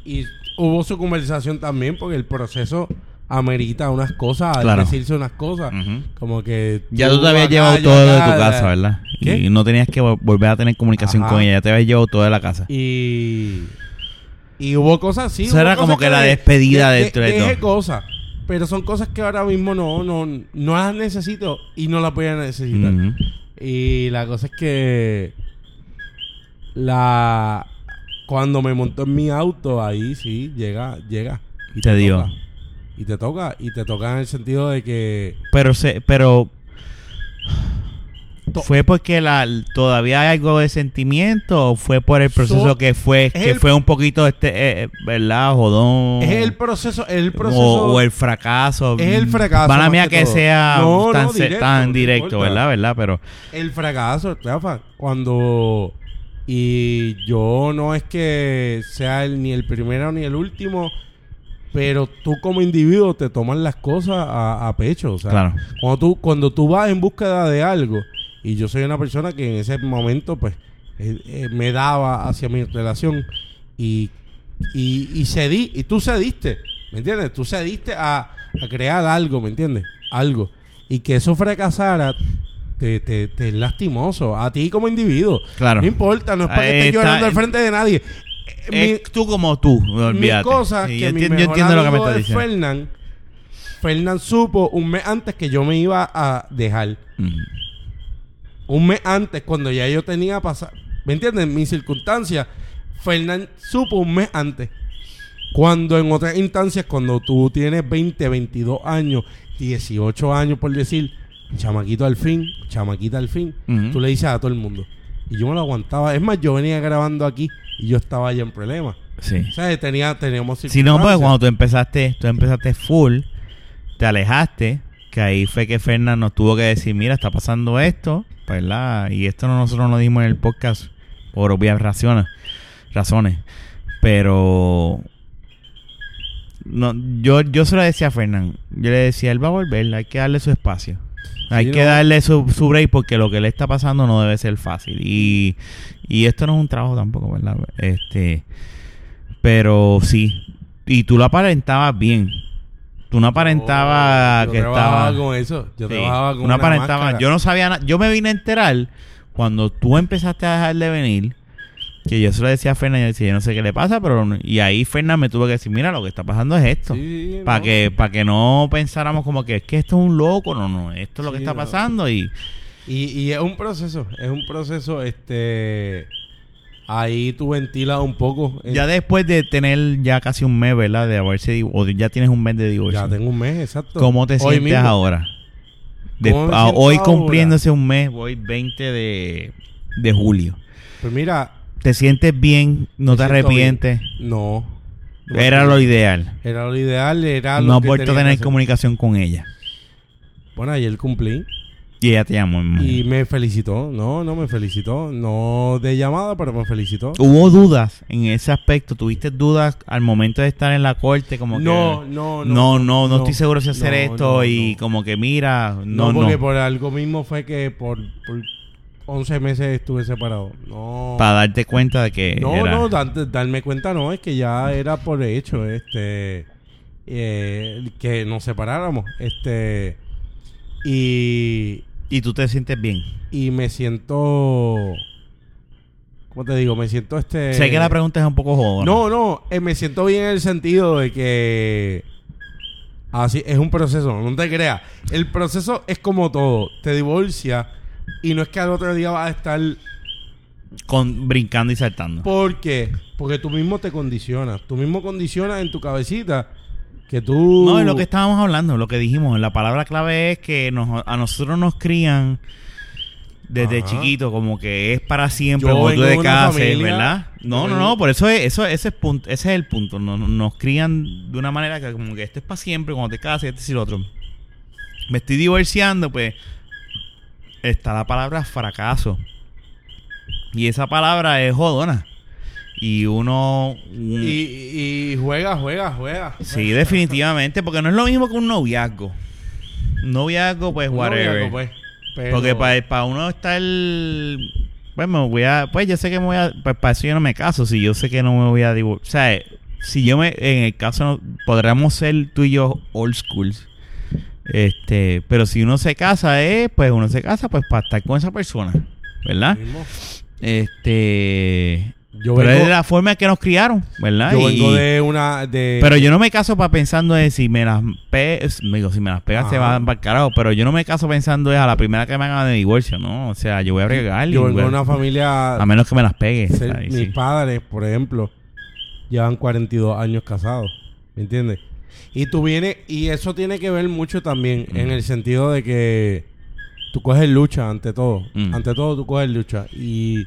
Speaker 2: y hubo su conversación también porque el proceso amerita unas cosas, al
Speaker 1: Claro.
Speaker 2: decirse unas cosas.
Speaker 1: Ujú.
Speaker 2: Como que...
Speaker 1: Ya tú te habías
Speaker 2: acá,
Speaker 1: llevado
Speaker 2: yo
Speaker 1: todo de
Speaker 2: acá,
Speaker 1: tu
Speaker 2: la-
Speaker 1: casa, ¿verdad?
Speaker 2: ¿Qué?
Speaker 1: Y no tenías que vol- volver a tener comunicación
Speaker 2: Ajá.
Speaker 1: con ella. Ya te habías llevado todo de la casa.
Speaker 2: Y, y hubo cosas así.
Speaker 1: Eso
Speaker 2: hubo
Speaker 1: era
Speaker 2: cosas
Speaker 1: como que la despedida
Speaker 2: de-
Speaker 1: dentro de
Speaker 2: dejé
Speaker 1: todo.
Speaker 2: cosas. Pero son cosas que ahora mismo no, no, no las necesito y no las voy a necesitar.
Speaker 1: Ujú.
Speaker 2: Y la cosa es que la cuando me montó en mi auto, ahí sí, llega, llega. Y
Speaker 1: Te dio.
Speaker 2: toca. Y te toca. Y te toca en el sentido de que
Speaker 1: Pero, se, pero
Speaker 2: punto.
Speaker 1: ¿Fue porque la, todavía hay algo de sentimiento o fue por el proceso
Speaker 2: So-
Speaker 1: que fue que
Speaker 2: el-
Speaker 1: fue un poquito este eh, eh, verdad jodón
Speaker 2: Es el proceso, es el proceso.
Speaker 1: Oh. o, o el fracaso
Speaker 2: Es el fracaso
Speaker 1: para
Speaker 2: más
Speaker 1: mí
Speaker 2: que
Speaker 1: que
Speaker 2: todo.
Speaker 1: sea
Speaker 2: No,
Speaker 1: tan
Speaker 2: no,
Speaker 1: se-
Speaker 2: directo,
Speaker 1: tan
Speaker 2: no
Speaker 1: directo
Speaker 2: importa.
Speaker 1: verdad verdad pero
Speaker 2: El fracaso, Rafa, cuando... Y yo no es que sea el- ni el primero ni el último, pero tú como individuo te tomas las cosas a, a pecho. O sea,
Speaker 1: Claro.
Speaker 2: cuando, tú, cuando tú vas en búsqueda de algo, y yo soy una persona que en ese momento pues eh, eh, me daba hacia mi relación y, y, y cedí, y tú cediste, ¿me entiendes? Tú cediste a, a crear algo, ¿me entiendes? Algo. Y que eso fracasara te, te, te es lastimoso a ti como individuo.
Speaker 1: Claro.
Speaker 2: No importa, no es para que
Speaker 1: Ahí
Speaker 2: estés
Speaker 1: está.
Speaker 2: llorando al frente de nadie. Eh, mi-
Speaker 1: es tú como tú no
Speaker 2: mi
Speaker 1: olvídate
Speaker 2: cosa
Speaker 1: Sí,
Speaker 2: que
Speaker 1: yo, enti-
Speaker 2: mi
Speaker 1: yo
Speaker 2: mejor
Speaker 1: entiendo lo que me
Speaker 2: amigo
Speaker 1: estás
Speaker 2: de
Speaker 1: diciendo
Speaker 2: Fernan, Fernan supo un mes antes que yo me iba a dejar.
Speaker 1: Mm.
Speaker 2: Un mes antes, cuando ya yo tenía pasado. ¿Me entiendes? Mis circunstancias. Fernan supo un mes antes. Cuando en otras instancias, cuando tú tienes 20, 22 años, 18 años, por decir, chamaquito al fin, chamaquita al fin,
Speaker 1: Ujú.
Speaker 2: tú le dices a todo el mundo. Y yo me lo aguantaba. Es más, yo venía grabando aquí y yo estaba allá en problemas.
Speaker 1: sí
Speaker 2: O sea, tenía, teníamos
Speaker 1: Si no, pues
Speaker 2: circunstancias.
Speaker 1: cuando tú empezaste, tú empezaste full, te alejaste, que ahí fue que Fernan nos tuvo que decir, mira, está pasando esto, ¿verdad? Y esto no- nosotros no lo dimos en el podcast por obvias razones, razones. Pero no, yo, yo se lo decía a Fernán, yo le decía, él va a volver, hay que darle su espacio. Hay
Speaker 2: Sí,
Speaker 1: que
Speaker 2: no.
Speaker 1: darle su, su break porque lo que le está pasando no debe ser fácil. Y, y esto no es un trabajo tampoco, ¿verdad? Este, pero sí. Y tú lo aparentabas bien. Tú no aparentabas
Speaker 2: Oh, Yo
Speaker 1: que
Speaker 2: trabajaba
Speaker 1: estaba.
Speaker 2: con eso. Yo
Speaker 1: Sí.
Speaker 2: trabajaba con
Speaker 1: no
Speaker 2: una
Speaker 1: aparentaba.
Speaker 2: máscara.
Speaker 1: Yo no sabía nada. Yo me vine a enterar cuando tú empezaste a dejar de venir. Que yo se lo decía a Fernan, yo decía, yo no sé qué le pasa, pero... no- Y ahí Fernan me tuvo que decir, mira, lo que está pasando es esto.
Speaker 2: Sí, sí,
Speaker 1: Para
Speaker 2: no.
Speaker 1: que, para que no pensáramos como que es que esto es un loco, no, no, esto es lo que
Speaker 2: Sí,
Speaker 1: está
Speaker 2: no.
Speaker 1: pasando y...
Speaker 2: Y, y es un proceso. Es un proceso, este... Ahí tú ventilas un poco. eh,
Speaker 1: Ya después de tener ya casi un mes, ¿verdad? De haberse... div- O ya tienes un mes de divorcio.
Speaker 2: ya tengo un mes, exacto.
Speaker 1: ¿Cómo te
Speaker 2: Hoy
Speaker 1: sientes
Speaker 2: mismo.
Speaker 1: ahora? De-
Speaker 2: ¿Cómo me
Speaker 1: a-
Speaker 2: siento
Speaker 1: hoy
Speaker 2: ahora?
Speaker 1: cumpliéndose un mes, hoy 20 de, de julio.
Speaker 2: Pues mira...
Speaker 1: ¿Te sientes bien? ¿No
Speaker 2: me
Speaker 1: te
Speaker 2: siento bien.
Speaker 1: arrepientes?
Speaker 2: No.
Speaker 1: Era lo ideal.
Speaker 2: Era lo ideal, era lo
Speaker 1: No has
Speaker 2: que
Speaker 1: vuelto a
Speaker 2: tenía que
Speaker 1: tener
Speaker 2: hacer.
Speaker 1: comunicación con ella.
Speaker 2: Bueno, ayer cumplí.
Speaker 1: Y ella te llamó. me
Speaker 2: Y
Speaker 1: imagino.
Speaker 2: me felicitó. No, no me felicitó. No de llamada, pero me felicitó.
Speaker 1: ¿Hubo dudas en ese aspecto? ¿Tuviste dudas al momento de estar en la corte? Como que,
Speaker 2: No, no, no.
Speaker 1: no, no, no estoy seguro si hacer
Speaker 2: no,
Speaker 1: esto
Speaker 2: no,
Speaker 1: y
Speaker 2: no.
Speaker 1: como que mira,
Speaker 2: No,
Speaker 1: no, no.
Speaker 2: porque por algo mismo fue que por, por 11 meses estuve separado. No.
Speaker 1: Para darte cuenta de que
Speaker 2: no,
Speaker 1: era-
Speaker 2: no, dan- darme cuenta no, es que ya era por hecho, este, eh, que nos separáramos, este, y,
Speaker 1: y tú te sientes bien.
Speaker 2: y me siento, ¿cómo te digo? Me siento este...
Speaker 1: sé que la pregunta es un poco jodona.
Speaker 2: No, no, eh, me siento bien en el sentido de que... Así es un proceso, no te creas. El proceso es como todo, te divorcia y no es que al otro día vas a estar...
Speaker 1: Con, brincando y saltando.
Speaker 2: ¿Por qué? Porque tú mismo te condicionas, tú mismo condicionas en tu cabecita que tú...
Speaker 1: No, es lo que estábamos hablando, lo que dijimos. La palabra clave es que nos- a nosotros nos crían desde
Speaker 2: Ajá.
Speaker 1: chiquito, como que es para siempre,
Speaker 2: Yo
Speaker 1: como tú
Speaker 2: vengo de
Speaker 1: de
Speaker 2: una
Speaker 1: casa,
Speaker 2: familia-
Speaker 1: ¿verdad? No,
Speaker 2: yo
Speaker 1: no,
Speaker 2: vengo-
Speaker 1: no, por eso es, eso, ese, es punto, ese es el punto. Nos, nos crían de una manera que como que esto es para siempre, cuando te casas, este es el otro. Me estoy divorciando, pues está la palabra fracaso. Y esa palabra es jodona. Y uno... un-
Speaker 2: Y, y juega, juega, juega.
Speaker 1: Sí, definitivamente, porque no es lo mismo que un noviazgo. Un Noviazgo, pues,
Speaker 2: Un
Speaker 1: whatever.
Speaker 2: noviazgo, pues, pero-
Speaker 1: Porque para uno está el... Pues, me voy a, pues yo sé que me voy a... Pues para eso yo no me caso, si yo sé que no me voy a divorciar. O sea, si yo me... En el caso, podríamos ser tú y yo old school. Este, pero si uno se casa, eh, pues uno se casa pues para estar con esa persona, ¿verdad?
Speaker 2: mismo.
Speaker 1: Este...
Speaker 2: Yo
Speaker 1: pero
Speaker 2: vengo-
Speaker 1: es de la forma en que nos criaron, ¿verdad?
Speaker 2: Yo
Speaker 1: Y-
Speaker 2: vengo de una... De,
Speaker 1: pero yo no me caso para pensando de si me las pegas, digo, si me las pegas se
Speaker 2: Ajá.
Speaker 1: van para el carajo, pero yo no me caso pensando es a la primera que me hagan de divorcio, ¿no? O sea, yo voy a regar
Speaker 2: yo vengo de una familia...
Speaker 1: a menos que me las pegue.
Speaker 2: ser-
Speaker 1: ahí
Speaker 2: mis
Speaker 1: sí.
Speaker 2: padres, por ejemplo, llevan 42 años casados, ¿me entiendes?
Speaker 1: Mm.
Speaker 2: Y tú vienes, y eso tiene que ver mucho también en el sentido de que tú coges lucha ante todo.
Speaker 1: Mm.
Speaker 2: Ante todo tú coges lucha. Y,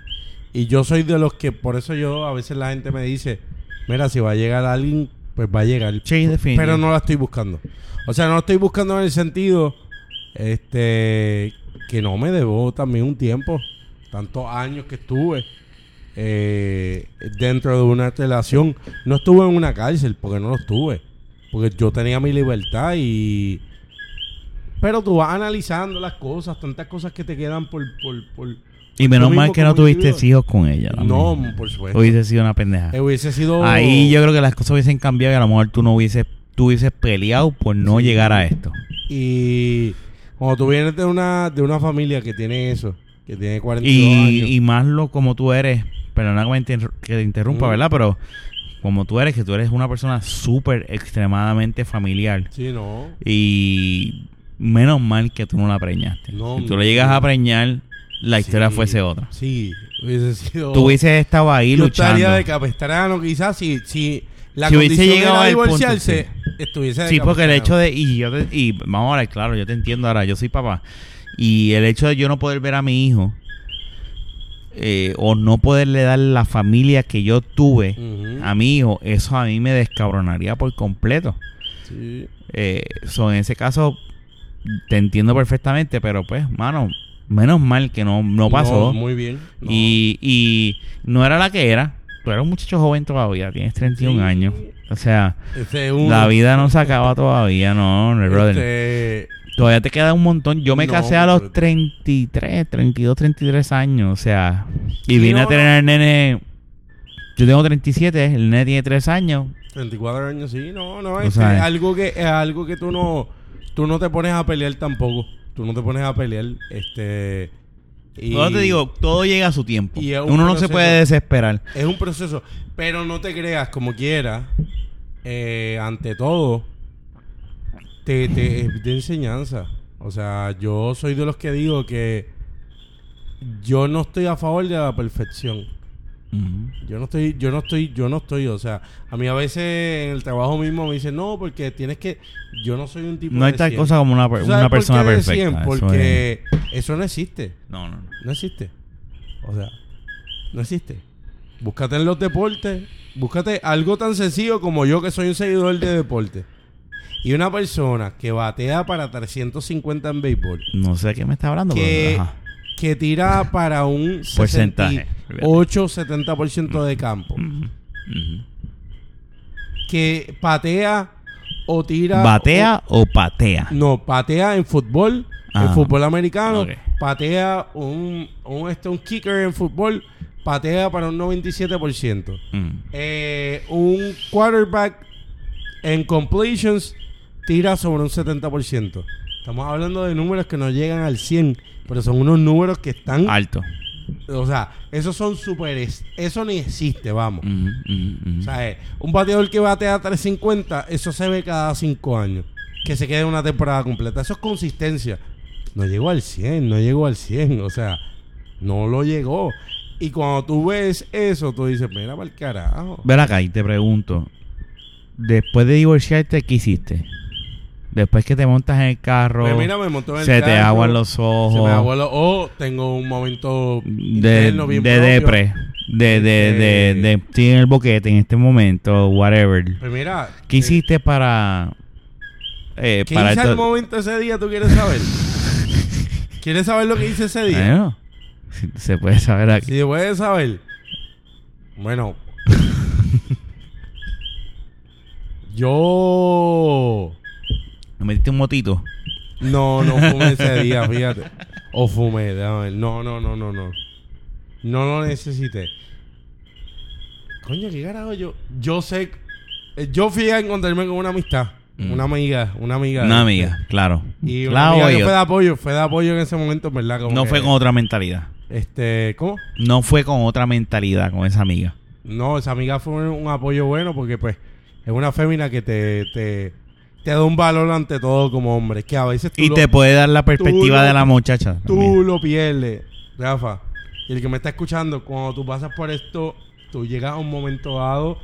Speaker 2: y yo soy de los que, por eso yo, a veces la gente me dice, mira, si va a llegar alguien, pues va a llegar.
Speaker 1: Sí, definitivamente.
Speaker 2: Pero no la estoy buscando. O sea, no la estoy buscando en el sentido, este, que no me debo también un tiempo, tantos años que estuve. eh, dentro de una relación no estuve en una cárcel porque no lo estuve porque yo tenía mi libertad y, pero tú vas analizando las cosas, tantas cosas que te quedan por... por, por
Speaker 1: Y
Speaker 2: tú
Speaker 1: menos
Speaker 2: mismo
Speaker 1: mal que no
Speaker 2: como
Speaker 1: tuviste
Speaker 2: individuo.
Speaker 1: hijos con ella. la
Speaker 2: No,
Speaker 1: mía.
Speaker 2: por supuesto.
Speaker 1: Hubiese sido una pendeja.
Speaker 2: Eh, Hubiese sido...
Speaker 1: Ahí yo creo que las cosas hubiesen cambiado y a lo mejor tú no hubieses, tú hubieses peleado por no llegar a esto.
Speaker 2: Y cuando tú vienes de una, de una familia que tiene eso, que tiene 42
Speaker 1: Y,
Speaker 2: años...
Speaker 1: y más lo como tú eres, pero no que, me inter- que te interrumpa,
Speaker 2: Mm.
Speaker 1: ¿verdad? Pero como tú eres, que tú eres una persona súper extremadamente familiar.
Speaker 2: Sí, no.
Speaker 1: Y menos mal que tú no la preñaste.
Speaker 2: No,
Speaker 1: si tú le llegas a preñar, la historia
Speaker 2: Sí.
Speaker 1: fuese otra.
Speaker 2: Sí, hubiese sido...
Speaker 1: Tú hubieses estado ahí
Speaker 2: yo
Speaker 1: luchando.
Speaker 2: estaría de capestrano quizás si, si la
Speaker 1: Si hubiese
Speaker 2: condición
Speaker 1: llegado
Speaker 2: era
Speaker 1: al punto,
Speaker 2: divorciarse, estuviese de
Speaker 1: Sí, porque el
Speaker 2: capestrano.
Speaker 1: hecho de. Y, yo te- y vamos a hablar, claro, yo te entiendo ahora, yo soy papá. Y el hecho de yo no poder ver a mi hijo eh, o no poderle dar la familia que yo tuve
Speaker 2: Ujú.
Speaker 1: a mi hijo, eso a mí me descabronaría por completo.
Speaker 2: Sí.
Speaker 1: Eh, so, en ese caso, te entiendo perfectamente, pero pues, mano, menos mal que no, no pasó.
Speaker 2: muy bien. no.
Speaker 1: Y, y no era la que era. Tú eres un muchacho joven todavía, tienes 31
Speaker 2: Sí.
Speaker 1: años. O sea,
Speaker 2: Ese es un-
Speaker 1: la vida no se acaba todavía, no, no, brother.
Speaker 2: Este,
Speaker 1: Todavía te queda un montón. Yo me
Speaker 2: No,
Speaker 1: casé a
Speaker 2: pero-
Speaker 1: los 33, 32, 33 años. O sea, y
Speaker 2: Sí,
Speaker 1: vine
Speaker 2: no,
Speaker 1: a tener al nene. Yo tengo 37, el nene tiene 3 años.
Speaker 2: 34 años, sí, no, no,
Speaker 1: Tú
Speaker 2: este,
Speaker 1: sabes.
Speaker 2: algo que es algo que tú no tú no te pones a pelear tampoco. Tú no te pones a pelear este y
Speaker 1: Yo te digo, todo llega a su tiempo.
Speaker 2: y es un
Speaker 1: Uno no se
Speaker 2: proceso.
Speaker 1: puede desesperar.
Speaker 2: es un proceso, pero no te creas como quiera. eh, ante todo te, te es de enseñanza. O sea, yo soy de los que digo que yo no estoy a favor de la perfección. Yo no estoy, yo no estoy, yo no estoy, o sea, a mí a veces en el trabajo mismo me dicen, no, porque tienes que, yo no soy un tipo
Speaker 1: No hay
Speaker 2: de
Speaker 1: tal
Speaker 2: 100".
Speaker 1: cosa como una, per-
Speaker 2: ¿Tú sabes
Speaker 1: una
Speaker 2: por
Speaker 1: persona
Speaker 2: qué de
Speaker 1: perfecta.
Speaker 2: 100?
Speaker 1: Eso es-
Speaker 2: Porque eso no existe,
Speaker 1: No, no, no.
Speaker 2: no existe, o sea, no existe. Búscate en los deportes, búscate algo tan sencillo como yo que soy un seguidor de deporte. Y una persona que batea para 350 en béisbol,
Speaker 1: No sé de qué me está hablando.
Speaker 2: que,
Speaker 1: pero- pues, ajá.
Speaker 2: que tira para un
Speaker 1: Porcentaje. Mm.
Speaker 2: 8 70% de campo.
Speaker 1: Ujú.
Speaker 2: que patea o tira.
Speaker 1: ¿Batea o patea?
Speaker 2: o- no, patea en fútbol,
Speaker 1: Ah.
Speaker 2: en fútbol americano.
Speaker 1: Ok.
Speaker 2: Patea un, un, este, un kicker en fútbol, patea para un 97%.
Speaker 1: Mm.
Speaker 2: Eh, un quarterback en completions tira sobre un 70%. Estamos hablando de números que no llegan al 100, pero son unos números que están.
Speaker 1: Mm, Alto.
Speaker 2: O sea, esos son superes. Eso ni existe, vamos.
Speaker 1: Ujú, ujú, ujú.
Speaker 2: O sea, eh, un bateador que batea 350, eso se ve cada 5 años. Que se quede una temporada completa. Eso es consistencia. No llegó al 100, no llegó al 100. O sea, no lo llegó. Y cuando tú ves eso, tú dices, mira, para el carajo.
Speaker 1: Ven acá y te pregunto. Después de divorciarte, ¿qué hiciste? Después que te montas en el carro,
Speaker 2: Pues mira, me montó en el
Speaker 1: se te
Speaker 2: carro,
Speaker 1: aguan los ojos.
Speaker 2: Se me aguan los ojos. Tengo un momento
Speaker 1: de,
Speaker 2: interno bien
Speaker 1: de
Speaker 2: propio.
Speaker 1: depre. De, de, de, de,
Speaker 2: Este-
Speaker 1: estoy en el boquete en este momento, whatever.
Speaker 2: Pues mira.
Speaker 1: ¿Qué
Speaker 2: eh,
Speaker 1: hiciste para... eh,
Speaker 2: ¿Qué
Speaker 1: para
Speaker 2: hice
Speaker 1: esto-
Speaker 2: al momento ese día? ¿Tú quieres saber? ¿Quieres saber lo que hice ese día?
Speaker 1: Bueno, si se puede saber aquí.
Speaker 2: Si puedes saber. Bueno. yo.
Speaker 1: ¿Me metiste un motito?
Speaker 2: No, no fumé ese día, fíjate. O fumé, déjame ver. No, no, no, no, no. No lo necesité. Coño, qué carajo yo. Yo sé. eh, Yo fui a encontrarme con una amistad.
Speaker 1: Mm.
Speaker 2: Una amiga, una amiga.
Speaker 1: Una amiga, claro.
Speaker 2: Y una
Speaker 1: Claro,
Speaker 2: amiga que
Speaker 1: yo-
Speaker 2: fue de apoyo, fue de apoyo en ese momento, ¿verdad? Como
Speaker 1: no
Speaker 2: que,
Speaker 1: fue con otra mentalidad.
Speaker 2: Este, ¿cómo?
Speaker 1: No fue con otra mentalidad con esa amiga.
Speaker 2: No, esa amiga fue un apoyo bueno porque pues es una fémina que te, te, te da un valor ante todo como hombre. Que a veces tú,
Speaker 1: Y
Speaker 2: lo,
Speaker 1: te puede dar la perspectiva
Speaker 2: lo-
Speaker 1: de la muchacha.
Speaker 2: tú
Speaker 1: también.
Speaker 2: lo pierdes, Rafa. Y el que me está escuchando, cuando tú pasas por esto, tú llegas a un momento dado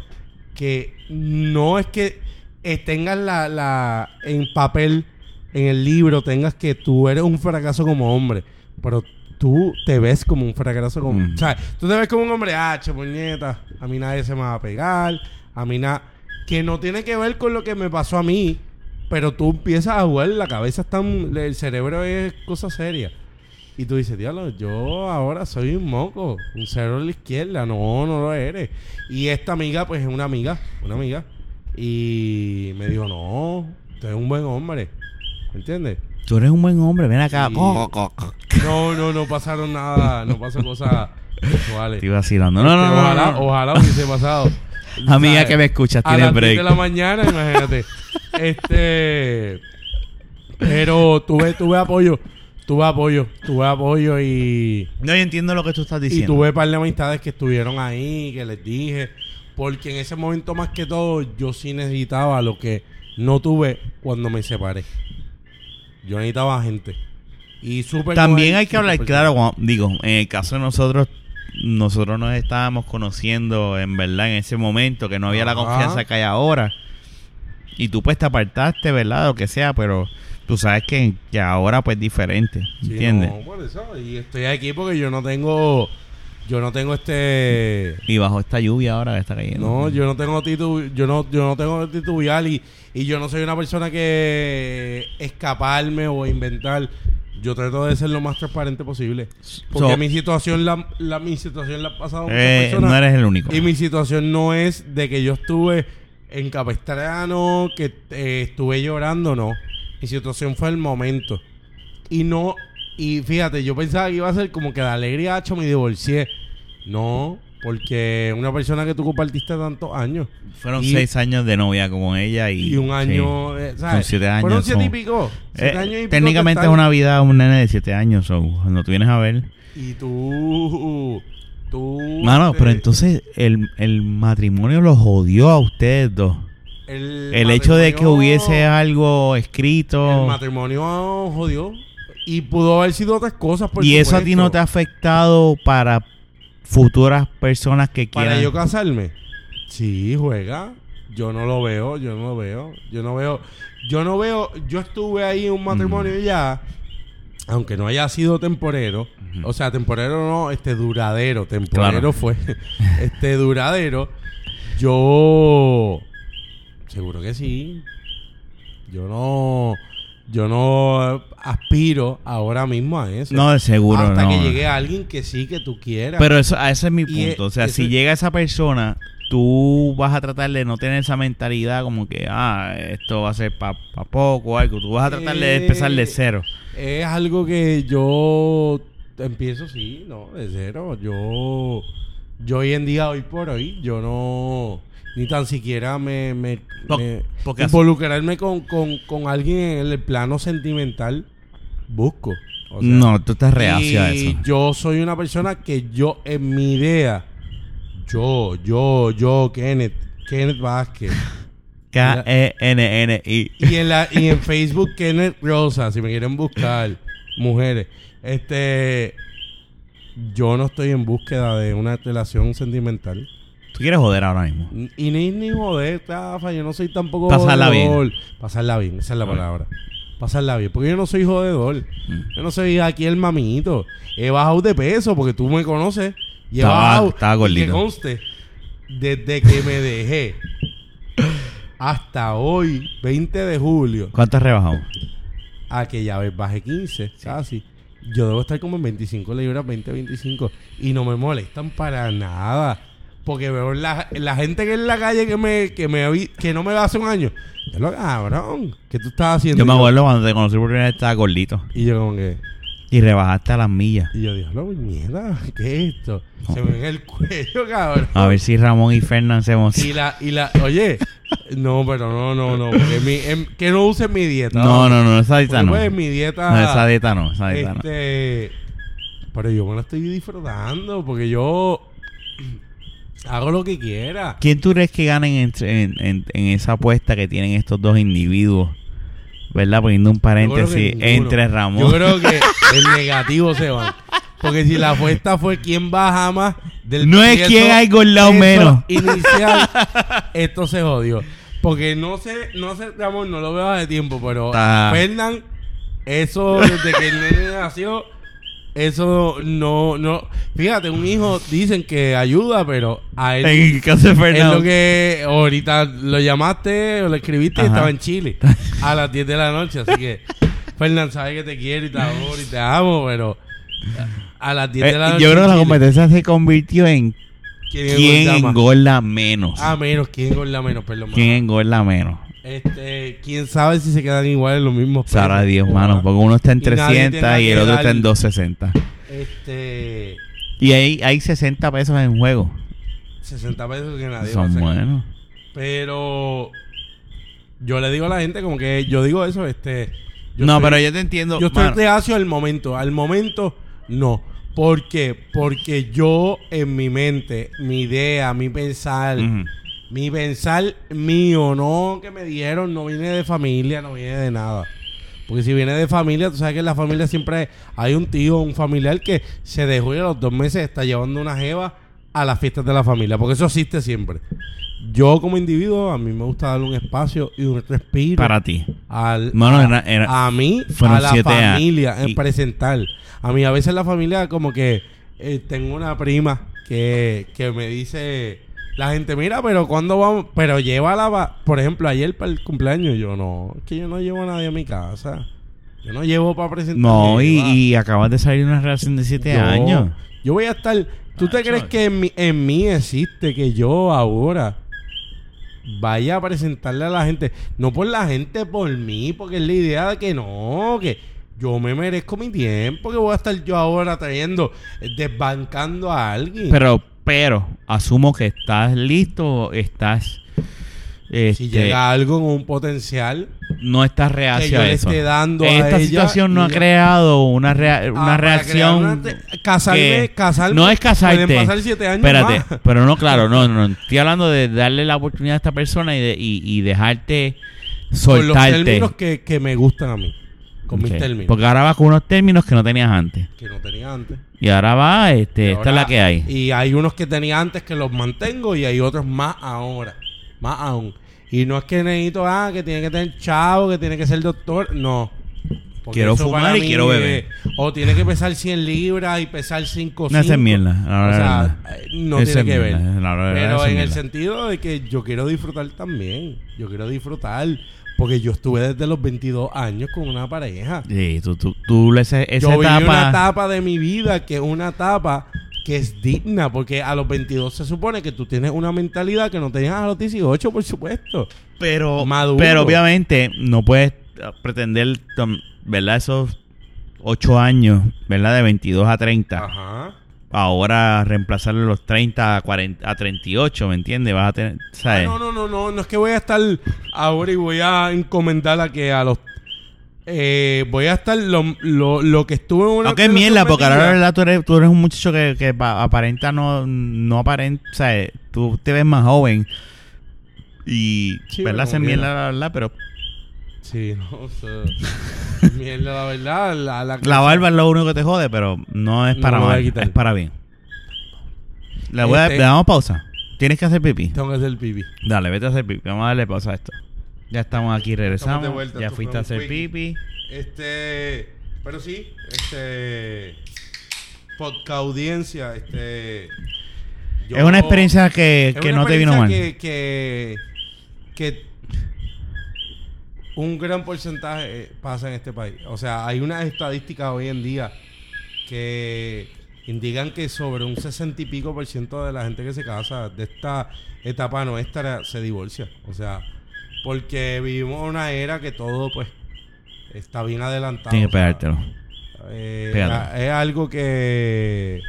Speaker 2: que no es que eh, tengas la, la en papel en el libro tengas que tú eres un fracaso como hombre, pero tú te ves como un fracaso como...
Speaker 1: Mm.
Speaker 2: O sea, tú te ves como un hombre, ah, che, puñeta, a mí nadie se me va a pegar, a mí nada... Que no tiene que ver con lo que me pasó a mí, pero tú empiezas a jugar, la cabeza está... en- El cerebro es cosa seria. Y tú dices, diablo, yo ahora soy un moco, un cero a la izquierda. No, no lo eres. Y esta amiga, pues es una amiga, una amiga. Y me dijo, no, tú eres un buen hombre. ¿Me entiendes?
Speaker 1: Tú eres un buen hombre, ven acá.
Speaker 2: Sí.
Speaker 1: Co, co, co.
Speaker 2: No, no, no pasaron nada, no pasó cosas sexuales.
Speaker 1: Te iba vacilando. No, no, no. no,
Speaker 2: Este, ojalá,
Speaker 1: no.
Speaker 2: ojalá hubiese pasado.
Speaker 1: Amiga
Speaker 2: ¿Sabes?
Speaker 1: que me escuchas,
Speaker 2: a
Speaker 1: tiene
Speaker 2: las 10
Speaker 1: break.
Speaker 2: de la mañana, imagínate. este. Pero tuve, tuve apoyo. Tuve apoyo. Tuve apoyo y.
Speaker 1: No, yo entiendo lo que tú estás
Speaker 2: Y
Speaker 1: diciendo.
Speaker 2: tuve un par de amistades que estuvieron ahí, que les dije. Porque en ese momento, más que todo, yo sí necesitaba lo que no tuve cuando me separé. Yo necesitaba gente. Y súper.
Speaker 1: También
Speaker 2: cool,
Speaker 1: hay que hablar
Speaker 2: súper
Speaker 1: claro, cuando- digo, en el caso de nosotros, nosotros nos estábamos conociendo en verdad en ese momento, que no había la
Speaker 2: Ajá.
Speaker 1: confianza que hay ahora. Y tú pues te apartaste, ¿verdad? Lo que sea, pero tú sabes que, que ahora pues es diferente,
Speaker 2: Sí,
Speaker 1: ¿entiendes?
Speaker 2: no, por eso. Y estoy aquí porque yo no tengo. Yo no tengo este.
Speaker 1: Y bajo esta lluvia ahora que está cayendo.
Speaker 2: No, yo no tengo titu, yo no, yo no tengo titubear y, y yo no soy una persona que escaparme o inventar. Yo trato de ser lo más transparente posible. Porque
Speaker 1: So-
Speaker 2: mi situación la, la- mi situación la ha pasado muchas
Speaker 1: Eh,
Speaker 2: personas.
Speaker 1: no eres el único.
Speaker 2: Y mi situación no es de que yo estuve en Capestrano, que eh, estuve llorando, no. Mi situación fue el momento. Y no, y fíjate, yo pensaba que iba a ser como que la alegría, hecho me divorcié. No, porque una persona que tú compartiste tantos años.
Speaker 1: Fueron
Speaker 2: y-
Speaker 1: seis años de novia con ella y...
Speaker 2: Y un
Speaker 1: sí.
Speaker 2: año, eh, ¿sabes?
Speaker 1: Son siete años,
Speaker 2: Fueron siete y
Speaker 1: son-
Speaker 2: pico. siete
Speaker 1: Eh,
Speaker 2: años y pico que
Speaker 1: técnicamente es
Speaker 2: están-
Speaker 1: una vida un nene de siete años, o cuando tú vienes a ver...
Speaker 2: Y tú, tú...
Speaker 1: Mano,
Speaker 2: este,
Speaker 1: pero entonces el, el matrimonio los jodió a ustedes dos.
Speaker 2: El,
Speaker 1: El hecho de que
Speaker 2: matrimonio-
Speaker 1: hubiese algo
Speaker 2: El
Speaker 1: escrito.
Speaker 2: matrimonio ah, jodió. Y pudo haber sido otras cosas. por
Speaker 1: Y eso a ti
Speaker 2: supuesto.
Speaker 1: no te ha afectado para futuras personas que
Speaker 2: Para
Speaker 1: quieran.
Speaker 2: yo casarme. Sí, juega. Yo no lo veo, yo no lo veo. Yo no veo. Yo no veo. Yo estuve ahí en un matrimonio
Speaker 1: Mm.
Speaker 2: ya. Aunque no haya sido temporero. O sea, temporero no, este duradero. Temporero
Speaker 1: Claro.
Speaker 2: fue. este duradero. Yo. Seguro que sí. Yo no. Yo no aspiro ahora mismo a eso.
Speaker 1: No, de seguro
Speaker 2: Hasta
Speaker 1: no.
Speaker 2: que llegue alguien que sí, que tú quieras.
Speaker 1: Pero eso, a ese es mi
Speaker 2: Y, eh,
Speaker 1: punto. O sea,
Speaker 2: eso
Speaker 1: si
Speaker 2: es-
Speaker 1: llega esa persona, tú vas a tratar de no tener esa mentalidad como que, ah, esto va a ser para poco o algo. Tú vas a tratar de empezar de
Speaker 2: Eh,
Speaker 1: cero.
Speaker 2: Es algo que yo empiezo, sí, no, de cero. Yo, yo hoy en día, hoy por hoy, yo no, ni tan siquiera me, me,
Speaker 1: Po-
Speaker 2: me-
Speaker 1: porque-
Speaker 2: involucrarme con, con, con alguien en el plano sentimental, busco. O sea,
Speaker 1: no, tú estás reacio a
Speaker 2: y
Speaker 1: eso.
Speaker 2: Yo soy una persona que yo, en mi idea, yo, yo, yo, Kenneth, Kenneth Vázquez.
Speaker 1: E K-E-N-N-I.
Speaker 2: Y en, la, y en Facebook, Kenneth Rosa, si me quieren buscar, mujeres. Este. Yo no estoy en búsqueda de una relación sentimental.
Speaker 1: Tú quieres joder ahora mismo.
Speaker 2: Y ni, ni joder, Rafa, yo no soy tampoco.
Speaker 1: Pasarla bien.
Speaker 2: jodedor. Pasarla bien, esa es la
Speaker 1: Ok.
Speaker 2: palabra. Pasarla bien, porque yo no soy jodedor. Yo no soy aquí el mamito. He bajado de peso porque tú me conoces. Y he
Speaker 1: Estaba-
Speaker 2: bajado.
Speaker 1: estaba
Speaker 2: Y
Speaker 1: gordito.
Speaker 2: Que conste, desde que me dejé hasta hoy, 20 de julio,
Speaker 1: ¿Cuánto has rebajado?
Speaker 2: a que ya ves, bajé 15, casi. Yo debo estar como en 25 libras, 20, 25. Y no me molestan para nada. Porque veo la, la gente que en la calle que me, que me vi- que no me ve hace un año. Yo lo cabrón, ¿qué tú estás haciendo?
Speaker 1: Yo me
Speaker 2: Y
Speaker 1: acuerdo cuando te conocí por primera vez estaba gordito.
Speaker 2: Y yo como que...
Speaker 1: Y rebajaste a las millas.
Speaker 2: Y yo digo, no, mierda, ¿qué es esto? Se me ve en el cuello, cabrón.
Speaker 1: A ver si Ramón y Fernán se
Speaker 2: Y
Speaker 1: emocionan.
Speaker 2: la, y la, oye, no, pero no, no, no, porque mi- em- que no usen mi dieta.
Speaker 1: No, no, no, esa dieta
Speaker 2: Porque,
Speaker 1: no.
Speaker 2: pues, mi dieta...
Speaker 1: No, esa dieta no, esa dieta no.
Speaker 2: Este, pero yo me la estoy disfrutando porque yo hago lo que quiera.
Speaker 1: ¿Quién tú crees que ganen entre- en, en- en esa apuesta que tienen estos dos individuos? ¿Verdad? Poniendo un
Speaker 2: Yo creo que
Speaker 1: paréntesis
Speaker 2: ninguno.
Speaker 1: entre
Speaker 2: Yo
Speaker 1: Ramón.
Speaker 2: creo que el negativo se va. Porque si la apuesta fue quién baja más del
Speaker 1: No es quién ha engordado
Speaker 2: eso
Speaker 1: menos.
Speaker 2: Inicial, esto se jodió. Porque no sé, no sé, Ramón, no lo veo hace tiempo, pero
Speaker 1: Está-
Speaker 2: Fernán Eso, desde que el nene nació, eso no, no. Fíjate, un hijo dicen que ayuda, pero a él.
Speaker 1: En el caso de Eh,
Speaker 2: Es
Speaker 1: Fernando.
Speaker 2: lo que ahorita lo llamaste o lo escribiste y
Speaker 1: Ajá.
Speaker 2: estaba en Chile a las 10 de la noche. Así que, Fernán, sabes que te quiero y te adoro y te amo, pero a a las 10
Speaker 1: Eh,
Speaker 2: de la noche.
Speaker 1: yo creo que la
Speaker 2: en Chile,
Speaker 1: competencia se convirtió en quién
Speaker 2: engorda más?
Speaker 1: engorda menos.
Speaker 2: Ah, menos, quién engorda menos, perdón.
Speaker 1: ¿Quién engorda menos?
Speaker 2: Este, quién sabe si se quedan iguales los mismos. pesos?
Speaker 1: Sabrá Dios, mano. Porque uno está en
Speaker 2: Y nadie
Speaker 1: 300 y
Speaker 2: tiene
Speaker 1: el otro
Speaker 2: que
Speaker 1: está en
Speaker 2: dar-
Speaker 1: 260.
Speaker 2: Este,
Speaker 1: Y ahí hay 60 pesos en juego.
Speaker 2: 60 pesos que nadie va a
Speaker 1: Son
Speaker 2: sacar.
Speaker 1: buenos.
Speaker 2: Pero yo le digo a la gente como que yo digo eso, este yo
Speaker 1: No,
Speaker 2: estoy-
Speaker 1: pero yo te entiendo.
Speaker 2: yo estoy
Speaker 1: mano.
Speaker 2: reacio al momento, al momento no. ¿Por qué? Porque yo en mi mente, mi idea, mi pensar,
Speaker 1: Ujú.
Speaker 2: mi pensar mío, no que me dijeron, no viene de familia, no viene de nada. Porque si viene de familia, tú sabes que en la familia siempre hay un tío, un familiar que se dejó y a los dos meses está llevando una jeva a las fiestas de la familia. Porque eso existe siempre. Yo como individuo, a mí me gusta darle un espacio y un respiro
Speaker 1: Para ti.
Speaker 2: al,
Speaker 1: Mano,
Speaker 2: a,
Speaker 1: era- era-
Speaker 2: a mí,
Speaker 1: fueron
Speaker 2: a la
Speaker 1: siete a-
Speaker 2: familia, en
Speaker 1: y-
Speaker 2: presentar. A mí a veces la familia como que eh, tengo una prima que, que me dice la gente, mira, pero cuando vamos? Pero lleva la... Por ejemplo, ayer para el cumpleaños yo no, es que yo no llevo a nadie a mi casa. Yo no llevo para presentar.
Speaker 1: No, y,
Speaker 2: jeva.
Speaker 1: y acabas de salir de una relación de 7
Speaker 2: Yo-
Speaker 1: años.
Speaker 2: Yo voy a estar. ¿Tú te
Speaker 1: Macho.
Speaker 2: crees que en mí, en mí existe que yo ahora vaya a presentarle a la gente? No por la gente, por mí, porque es la idea de que no, que yo me merezco mi tiempo, que voy a estar yo ahora trayendo, eh, desbancando a alguien.
Speaker 1: Pero, pero, asumo que estás listo, estás.
Speaker 2: si
Speaker 1: este,
Speaker 2: llega algo con un potencial,
Speaker 1: no estás
Speaker 2: que
Speaker 1: reacio
Speaker 2: yo
Speaker 1: a
Speaker 2: le
Speaker 1: eso.
Speaker 2: esté dando a
Speaker 1: Esta
Speaker 2: ella,
Speaker 1: situación no ha
Speaker 2: yo-
Speaker 1: creado una, rea- una
Speaker 2: Ah, para
Speaker 1: reacción.
Speaker 2: crear una te- casarme,
Speaker 1: que-
Speaker 2: casarme.
Speaker 1: No es casarte.
Speaker 2: Pueden pasar siete años
Speaker 1: Espérate,
Speaker 2: más.
Speaker 1: pero no, claro, no, no, no. Estoy hablando de darle la oportunidad a esta persona y, de- y, y dejarte
Speaker 2: Con los
Speaker 1: soltarte.
Speaker 2: términos que, que me gustan a mí. Con mis
Speaker 1: Ok.
Speaker 2: términos.
Speaker 1: Porque ahora vas con unos términos que no tenías antes.
Speaker 2: que no tenía antes.
Speaker 1: Y ahora va, este, esta
Speaker 2: Ahora-
Speaker 1: es la que hay.
Speaker 2: Y hay unos que tenía antes que los mantengo y hay otros más ahora. Más aún. Y no es que necesito, ah, que tiene que tener chavo, que tiene que ser doctor. No. Porque
Speaker 1: Quiero
Speaker 2: eso
Speaker 1: fumar
Speaker 2: para
Speaker 1: y quiero beber.
Speaker 2: eh, O tiene que pesar 100 libras y pesar 5
Speaker 1: No, esa es mierda, la
Speaker 2: O sea,
Speaker 1: verdad.
Speaker 2: eh, no
Speaker 1: Esa
Speaker 2: tiene
Speaker 1: es
Speaker 2: que ver.
Speaker 1: mierda, la verdad, esa
Speaker 2: Pero
Speaker 1: es
Speaker 2: en el
Speaker 1: mierda.
Speaker 2: sentido de que yo quiero disfrutar también. Yo quiero disfrutar. Porque yo estuve desde los 22 años con una pareja
Speaker 1: Sí, tú, tú, tú esa, esa
Speaker 2: yo viví
Speaker 1: etapa.
Speaker 2: una etapa de mi vida que es una etapa que es digna, porque a los 22 se supone que tú tienes una mentalidad que no tenías a los 18, por supuesto.
Speaker 1: Pero,
Speaker 2: Maduro.
Speaker 1: pero obviamente no puedes eh, pretender, tom- ¿verdad? Esos ocho años, ¿verdad? De 22 a 30.
Speaker 2: Ajá.
Speaker 1: Ahora reemplazarle los 30 a, 40, a 38, ¿me entiendes? Vas a tener,
Speaker 2: Ah,
Speaker 1: ¿sabes?
Speaker 2: no, no, no, no, no es que voy a estar ahora y voy a encomendar a que a los... eh, voy a estar lo, lo, lo que estuve en una...
Speaker 1: Aunque es mierda, porque ahora la
Speaker 2: metida.
Speaker 1: verdad tú eres, tú eres un muchacho que, que pa- aparenta no, no aparenta, o sea, tú te ves más joven. Y,
Speaker 2: Sí,
Speaker 1: ¿verdad?
Speaker 2: pero
Speaker 1: Se
Speaker 2: como
Speaker 1: mierda
Speaker 2: quiera.
Speaker 1: la verdad, pero
Speaker 2: Sí, no, o sea, mierda, la verdad. La, la-
Speaker 1: la barba es lo único que te jode, pero no es
Speaker 2: No
Speaker 1: para
Speaker 2: lo voy a
Speaker 1: mal,
Speaker 2: quitar.
Speaker 1: es para bien. Le, voy a-
Speaker 2: Este-
Speaker 1: le damos pausa. Tienes que hacer pipí.
Speaker 2: Tengo que hacer pipí.
Speaker 1: Dale, vete a hacer pipi. Vamos a darle pausa a esto. Ya estamos aquí, regresamos.
Speaker 2: Estamos de vuelta,
Speaker 1: ya
Speaker 2: esto
Speaker 1: fuiste
Speaker 2: fue
Speaker 1: a
Speaker 2: un
Speaker 1: hacer
Speaker 2: quickie.
Speaker 1: pipi.
Speaker 2: Este, pero sí, este podcast audiencia, este yo-
Speaker 1: es una experiencia que,
Speaker 2: es
Speaker 1: que
Speaker 2: una
Speaker 1: no te vino mal.
Speaker 2: experiencia Que, que que un gran porcentaje eh, pasa en este país. O sea, hay unas estadísticas hoy en día que indican que sobre un sesenta y pico por ciento de la gente que se casa de esta etapa nuestra se divorcia. O sea, porque vivimos una era que todo pues está bien adelantado.
Speaker 1: Tienes que
Speaker 2: o sea,
Speaker 1: pegártelo.
Speaker 2: eh,
Speaker 1: Pégate.
Speaker 2: la- es algo que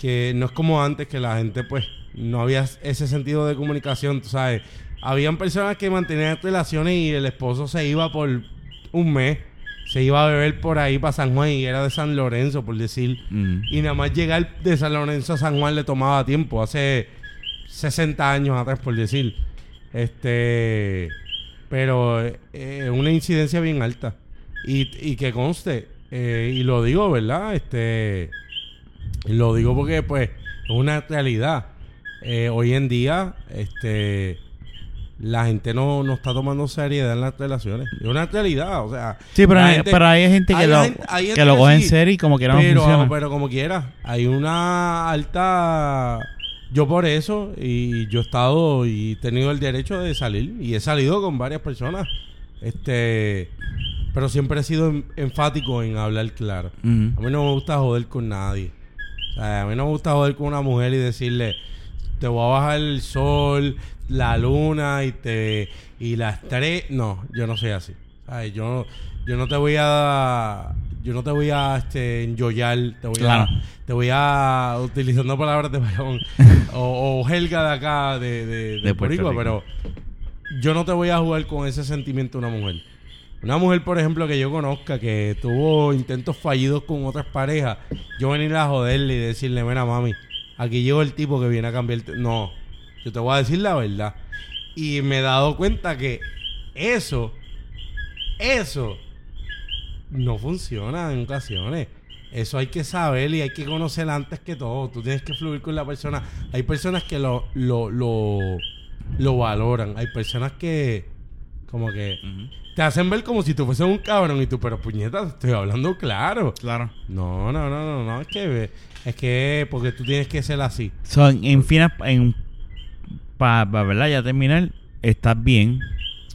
Speaker 2: que no es como antes que la gente pues no había ese sentido de comunicación, tú sabes. Habían personas que mantenían relaciones y el esposo se iba por un mes, se iba a beber por ahí para San Juan y era de San Lorenzo, por decir.
Speaker 1: Mm.
Speaker 2: Y nada más llegar de San Lorenzo a San Juan le tomaba tiempo, hace 60 años atrás, por decir. Este. Pero eh, eh, una incidencia bien alta. Y, y que conste, eh, y lo digo, ¿verdad? Este. Lo digo porque, pues, es una realidad. Eh, hoy en día, este. la gente no, no está tomando seriedad en las relaciones. Es una realidad, o sea.
Speaker 1: Sí, pero
Speaker 2: la
Speaker 1: hay, pero hay gente que
Speaker 2: hay
Speaker 1: lo,
Speaker 2: gente- hay gente
Speaker 1: que lo coge en
Speaker 2: sí,
Speaker 1: serio y como quiera no
Speaker 2: pero,
Speaker 1: funciona.
Speaker 2: pero como quiera, hay una alta... Yo por eso, y yo he estado y he tenido el derecho de salir, y he salido con varias personas, este pero siempre he sido en- enfático en hablar claro.
Speaker 1: Ujú.
Speaker 2: A mí no me gusta joder con nadie. O sea, a mí no me gusta joder con una mujer y decirle, te voy a bajar el sol, la luna y te y las tres. No, yo no soy así. ¿Sabes? Yo, no- yo no te voy a... Yo no te voy a este, enjollar, te voy
Speaker 1: Claro.
Speaker 2: a... Te voy a... Utilizando palabras de varón, o, o Helga de acá, de, de, de
Speaker 1: De Puerto
Speaker 2: Boricua,
Speaker 1: Rico.
Speaker 2: pero yo no te voy a jugar con ese sentimiento de una mujer. Una mujer, por ejemplo, que yo conozca, que tuvo intentos fallidos con otras parejas, yo venir a joderle y decirle, mira, mami, aquí llegó el tipo que viene a cambiarte. No, yo te voy a decir la verdad. Y me he dado cuenta que eso, eso, no funciona en ocasiones. Eso hay que saber y hay que conocer antes que todo. Tú tienes que fluir con la persona. Hay personas que lo, lo, lo, lo valoran. Hay personas que, como que, te hacen ver como si tú fueses un cabrón y tú, pero puñeta, te estoy hablando claro.
Speaker 1: Claro.
Speaker 2: No, no, no, no, no, es que, es que, porque tú tienes que ser así.
Speaker 1: Son, en fin, en, para ¿verdad? ya terminar, estás bien.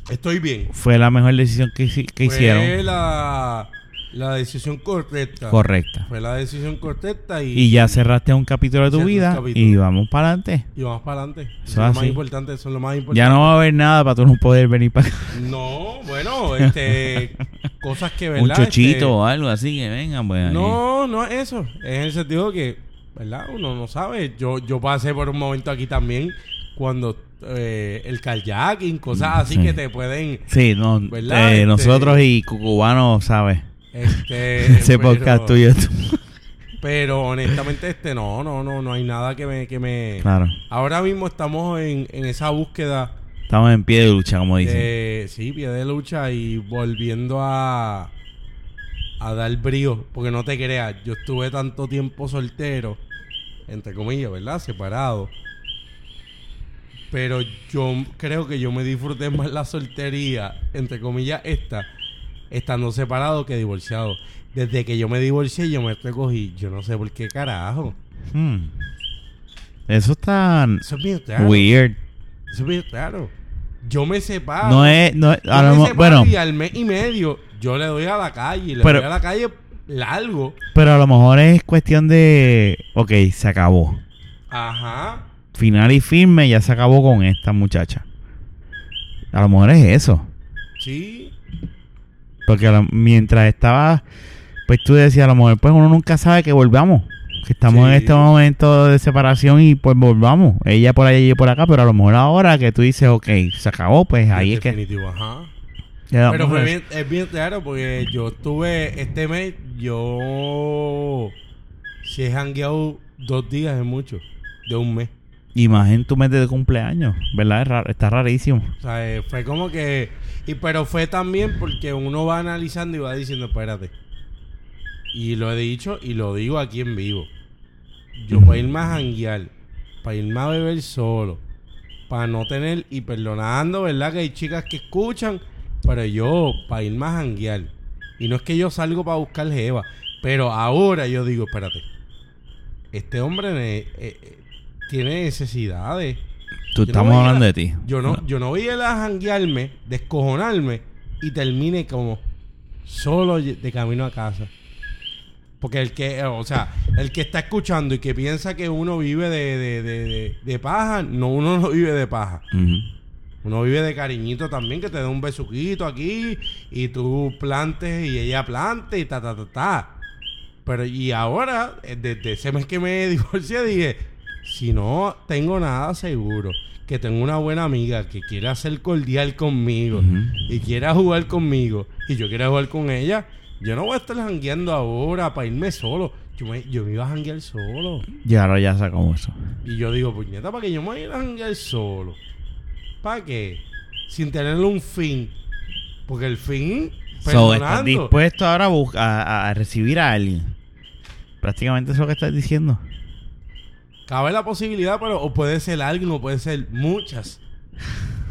Speaker 2: Estoy bien.
Speaker 1: Fue la mejor decisión que, hici- que
Speaker 2: Fue
Speaker 1: hicieron.
Speaker 2: la, la decisión correcta.
Speaker 1: Correcta.
Speaker 2: Fue la decisión correcta y,
Speaker 1: Y ya cerraste un capítulo de tu
Speaker 2: Cierra un
Speaker 1: vida
Speaker 2: capítulo.
Speaker 1: y vamos para adelante.
Speaker 2: y vamos para adelante. Eso es
Speaker 1: Eso
Speaker 2: lo
Speaker 1: es
Speaker 2: más
Speaker 1: así.
Speaker 2: importante, eso es lo más importante.
Speaker 1: Ah, Ya no va a haber nada para tú no poder venir para acá.
Speaker 2: No, bueno, este, cosas que, ¿verdad?
Speaker 1: Un chochito
Speaker 2: Este,
Speaker 1: o algo así que vengan, pues. ahí.
Speaker 2: No, no es eso. Es en el sentido que, ¿verdad? Uno no sabe. Yo, yo pasé por un momento aquí también cuando eh, el kayaking, cosas así
Speaker 1: Mm, sí.
Speaker 2: que te pueden...
Speaker 1: Sí, no,
Speaker 2: ¿Verdad?
Speaker 1: eh,
Speaker 2: Este-
Speaker 1: nosotros y cubano, ¿sabes?
Speaker 2: Este,
Speaker 1: Ese
Speaker 2: pero-
Speaker 1: podcast tuyo. es tu-
Speaker 2: Pero honestamente, este, no, no, no, no hay nada que me... Que me...
Speaker 1: Claro.
Speaker 2: Ahora mismo estamos en, en esa búsqueda
Speaker 1: Estamos en pie de lucha, como dicen.
Speaker 2: de, Eh, sí, pie de lucha y volviendo a, a dar brío. Porque no te creas, yo estuve tanto tiempo soltero, entre comillas, ¿verdad? Separado. Pero yo creo que yo me disfruté más la soltería, entre comillas, esta, estando separado que divorciado. Desde que yo me divorcié, yo me recogí. Yo no sé por qué carajo.
Speaker 1: Hmm. Eso está
Speaker 2: Eso es ah, bien raro.
Speaker 1: weird.
Speaker 2: Eso es bien raro. Yo me separo.
Speaker 1: No es, no es-
Speaker 2: Yo
Speaker 1: a lo
Speaker 2: me
Speaker 1: mo-
Speaker 2: separo
Speaker 1: bueno,
Speaker 2: y al mes y medio yo le doy a la calle, le
Speaker 1: Pero-
Speaker 2: doy a la calle largo.
Speaker 1: pero a lo mejor es cuestión de, ok, se acabó.
Speaker 2: Ajá.
Speaker 1: Final y firme, ya se acabó con esta muchacha. A lo mejor es eso.
Speaker 2: Sí.
Speaker 1: Porque a lo- mientras estaba, pues tú decías, a lo mejor pues uno nunca sabe que volvamos. Que estamos en
Speaker 2: Sí.
Speaker 1: este momento de separación y pues volvamos. Ella por allá y yo por acá, pero a lo mejor ahora que tú dices, ok, se acabó, pues ahí es que...
Speaker 2: Definitivo, ajá.
Speaker 1: ya
Speaker 2: Pero
Speaker 1: vamos
Speaker 2: fue
Speaker 1: a-
Speaker 2: bien, es bien raro porque yo estuve este mes, yo si he jangueado dos días es mucho, de un mes.
Speaker 1: Y más en tu mes de cumpleaños, ¿verdad? Es raro- está rarísimo.
Speaker 2: O sea, eh, fue como que. Y, pero fue también porque uno va analizando y va diciendo, espérate. Y lo he dicho y lo digo aquí en vivo. Yo
Speaker 1: Ujú.
Speaker 2: para irme a janguear, para irme a beber solo, para no tener. Y perdonando, ¿verdad? Que hay chicas que escuchan, pero yo para irme a janguear. Y no es que yo salgo para buscar Jeva, pero ahora yo digo, espérate. Este hombre ne- eh, eh, tiene necesidades.
Speaker 1: Tú
Speaker 2: Yo no
Speaker 1: estamos
Speaker 2: voy a-
Speaker 1: hablando de ti.
Speaker 2: Yo no, yo no voy a ir a janguearme, descojonarme y termine como solo ll- de camino a casa. Porque el que, eh, o sea, el que está escuchando y que piensa que uno vive de, de- de- de- de paja, no, uno no vive de paja.
Speaker 1: Ujú.
Speaker 2: Uno vive de cariñito también, que te dé un besuquito aquí y tú plantes y ella plante y ta, ta, ta, ta. Pero y ahora, eh, desde ese mes que me divorcié, dije, si no tengo nada seguro, que tengo una buena amiga que quiera ser cordial conmigo
Speaker 1: Ujú.
Speaker 2: y quiera jugar conmigo y yo quiera jugar con ella, yo no voy a estar jangueando ahora para irme solo. Yo me, yo me iba a janguear solo.
Speaker 1: Y ahora ya sacamos eso.
Speaker 2: Y yo digo, puñeta, ¿para que yo me voy a ir a janguear solo? ¿Para qué? Sin tener un fin. Porque el fin,
Speaker 1: So, estás
Speaker 2: perdonando.
Speaker 1: dispuesto ahora a, bus- a- a recibir a alguien. Prácticamente eso es lo que estás diciendo.
Speaker 2: cabe la posibilidad, pero o puede ser alguien o puede ser muchas.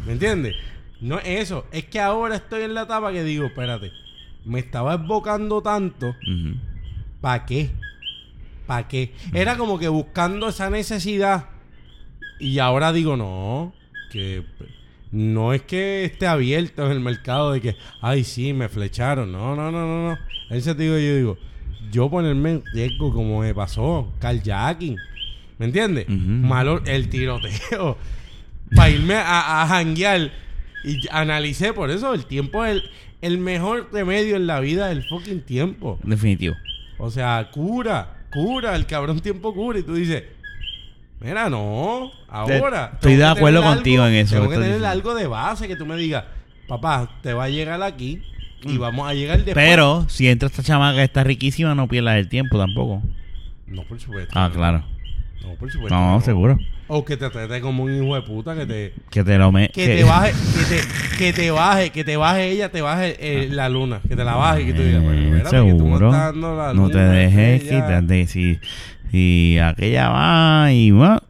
Speaker 2: ¿Me entiendes? No es eso. Es que ahora estoy en la etapa que digo, espérate, me estaba esbocando tanto,
Speaker 1: Ujú.
Speaker 2: ¿para qué? ¿Para qué? Era como que buscando esa necesidad. Y ahora digo, no, que no es que esté abierto en el mercado de que, ay, sí, me flecharon. No, no, no, no, no. En ese sentido yo digo, yo ponerme en riesgo como me pasó, carjacking. ¿Me entiendes?
Speaker 1: Ujú.
Speaker 2: Malo el tiroteo. Para irme a, a janguear. Y analicé por eso, el tiempo es el, el mejor remedio en la vida, el fucking tiempo.
Speaker 1: Definitivo.
Speaker 2: O sea, cura, cura, el cabrón tiempo cura. Y tú dices, mira, no, ahora.
Speaker 1: Te- estoy
Speaker 2: tengo
Speaker 1: de
Speaker 2: que
Speaker 1: acuerdo
Speaker 2: tener
Speaker 1: contigo en eso
Speaker 2: Tengo
Speaker 1: que
Speaker 2: que
Speaker 1: estás
Speaker 2: tener
Speaker 1: diciendo.
Speaker 2: algo de base que tú me digas, papá, te va a llegar aquí y vamos a llegar después.
Speaker 1: Mm. Pero si entra esta chamaca que está riquísima, no pierdas el tiempo tampoco.
Speaker 2: No, por supuesto.
Speaker 1: Ah, claro.
Speaker 2: No, por supuesto.
Speaker 1: No, seguro.
Speaker 2: O que te trate como un hijo de puta, que te,
Speaker 1: Que te lo me...
Speaker 2: que te baje, que te, que te baje, que te baje ella, te baje eh, la luna, que te la baje y que tú digas,
Speaker 1: Ah. Eh,
Speaker 2: "Pero espérate, que tú me
Speaker 1: seguro.
Speaker 2: estás dando la
Speaker 1: No te
Speaker 2: luna,
Speaker 1: dejes
Speaker 2: ella".
Speaker 1: quitarte. Si, si aquella va y va.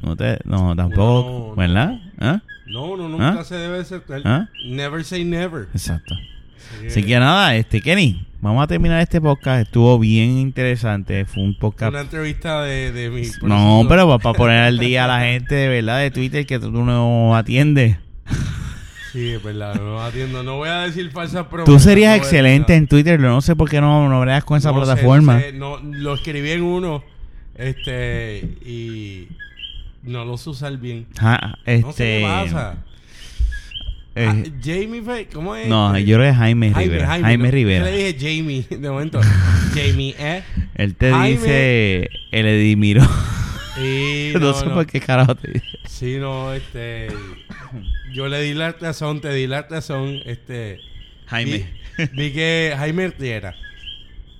Speaker 1: No te. No, tampoco.
Speaker 2: no.
Speaker 1: ¿Verdad? ¿Ah?
Speaker 2: No, no, nunca
Speaker 1: ¿Ah?
Speaker 2: se debe ser.
Speaker 1: ¿Ah?
Speaker 2: Never say never.
Speaker 1: Exacto.
Speaker 2: Así
Speaker 1: Así que nada, este Kenny, vamos a terminar este podcast. Estuvo bien interesante. Fue un podcast.
Speaker 2: Una entrevista de, de mi. por
Speaker 1: No,
Speaker 2: eso-
Speaker 1: pero para poner al día a la gente de verdad de Twitter que tú no atiendes.
Speaker 2: Sí, es verdad, no atiendo. No voy a decir falsas promesas.
Speaker 1: Tú serías
Speaker 2: no voy a decir
Speaker 1: excelente
Speaker 2: nada.
Speaker 1: en Twitter. No sé por qué no, no bregas con esa
Speaker 2: No sé,
Speaker 1: plataforma.
Speaker 2: no sé, no, lo escribí en uno. Este. Y. No lo sé usar bien.
Speaker 1: Ajá,
Speaker 2: No sé
Speaker 1: este,
Speaker 2: qué pasa.
Speaker 1: eh,
Speaker 2: Ah, Jamie Fe, ¿cómo es?
Speaker 1: no, yo creo que es Jaime Rivera. Jaime,
Speaker 2: no, yo
Speaker 1: Rivera.
Speaker 2: le dije Jamie de momento. Jamie, ¿eh?
Speaker 1: Él te
Speaker 2: Jaime-
Speaker 1: dice el Edimiro.
Speaker 2: Y
Speaker 1: no,
Speaker 2: no,
Speaker 1: sé
Speaker 2: no.
Speaker 1: por qué carajo te dice.
Speaker 2: Sí, no, este. Yo le di la razón, te di la razón, este.
Speaker 1: Jaime.
Speaker 2: Vi, vi que Jaime Riera.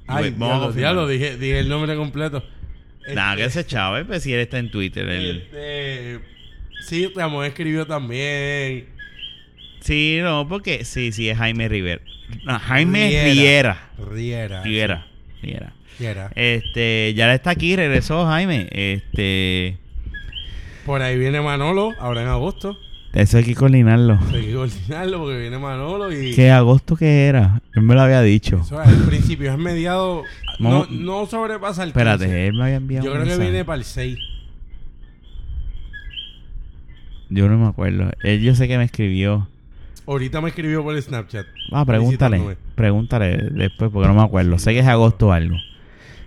Speaker 2: Ay,
Speaker 1: Bueno, Pues, vamos a
Speaker 2: diablo, diablo,
Speaker 1: confirmar.
Speaker 2: dije, dije el nombre completo.
Speaker 1: Nada, que ese Chávez, pues si él está en Twitter. él-
Speaker 2: Este, sí, Ramón escribió también.
Speaker 1: Sí, no, porque sí, sí, es Jaime Rivera. No, Jaime Riera.
Speaker 2: Riera. Ah, Riera.
Speaker 1: Riera. Riera.
Speaker 2: Riera.
Speaker 1: Este, ya está aquí, regresó Jaime. Este,
Speaker 2: Por ahí viene Manolo, ahora en agosto.
Speaker 1: eso hay que coordinarlo.
Speaker 2: Hay que coordinarlo porque viene Manolo y.
Speaker 1: ¿Qué agosto que era? Él me lo había dicho.
Speaker 2: Eso es al principio, es mediado. No,
Speaker 1: Vamos-
Speaker 2: no sobrepasa el 15.
Speaker 1: Espérate, eh. él me había enviado.
Speaker 2: Yo
Speaker 1: un
Speaker 2: creo que
Speaker 1: mensaje.
Speaker 2: viene para el 6.
Speaker 1: Yo no me acuerdo. Él yo sé que me escribió.
Speaker 2: Ahorita me escribió por el Snapchat.
Speaker 1: Ah, pregúntale.
Speaker 2: Felicitándome.
Speaker 1: Pregúntale después porque no me acuerdo. Sé que es agosto o algo.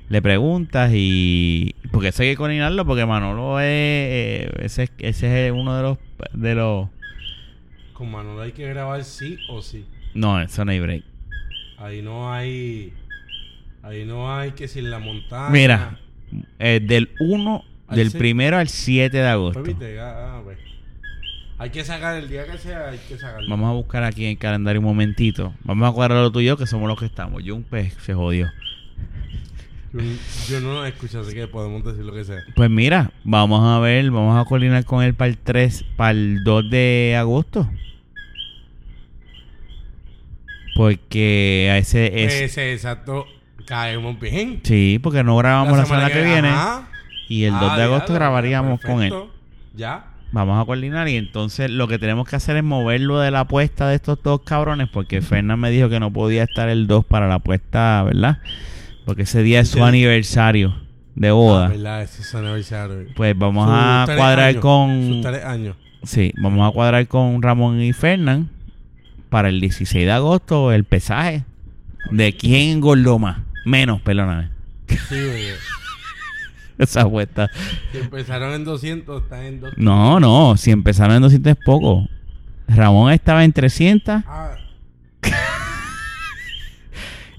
Speaker 1: Le preguntas y... Porque sé que coordinarlo porque Manolo es... eh, Ese, ese es uno de los... De los...
Speaker 2: Con Manolo hay que grabar sí o sí.
Speaker 1: No, eso no hay break.
Speaker 2: Ahí no hay. Ahí no hay que si en la montaña.
Speaker 1: Mira. eh, del 1...
Speaker 2: Ah, Al
Speaker 1: Del
Speaker 2: seis.
Speaker 1: primero al 7 de agosto.
Speaker 2: Pues, viste, ah, ah, pues. Hay que sacar el día que sea, hay que sacarlo.
Speaker 1: Vamos a buscar aquí en el calendario un momentito. Vamos a cuadrar lo tuyo que somos los que estamos. Yo un pez se jodió.
Speaker 2: Yo, yo no lo escucho, así que podemos decir lo que sea.
Speaker 1: Pues mira, vamos a ver, vamos a coordinar con él para el 3, para el 2 de agosto. Porque a ese es.
Speaker 2: Ese Pues, exacto. Caemos bien.
Speaker 1: Sí, porque no grabamos la, semana, que, viene.
Speaker 2: ajá.
Speaker 1: Y el 2
Speaker 2: Ah,
Speaker 1: de agosto
Speaker 2: diablo,
Speaker 1: grabaríamos con él.
Speaker 2: perfecto. Ya.
Speaker 1: Vamos a coordinar y entonces lo que tenemos que hacer es moverlo de la apuesta de estos dos cabrones. Porque Fernández me dijo que no podía estar el 2 para la apuesta, ¿verdad? Porque ese día es su
Speaker 2: Entiendo.
Speaker 1: aniversario de boda.
Speaker 2: Ah, verdad, eso es aniversario.
Speaker 1: Pues vamos
Speaker 2: Sus
Speaker 1: a
Speaker 2: tres
Speaker 1: cuadrar
Speaker 2: años,
Speaker 1: con.
Speaker 2: Sus tres años.
Speaker 1: Sí, vamos a cuadrar con Ramón y Fernán para el 16 de agosto el pesaje. ¿De quién engordó más? Menos, perdóname.
Speaker 2: Sí, oye.
Speaker 1: Esa apuesta.
Speaker 2: Si empezaron en 200, están en 200.
Speaker 1: No, no, si empezaron en 200 es poco. Ramón estaba en 300
Speaker 2: Ah,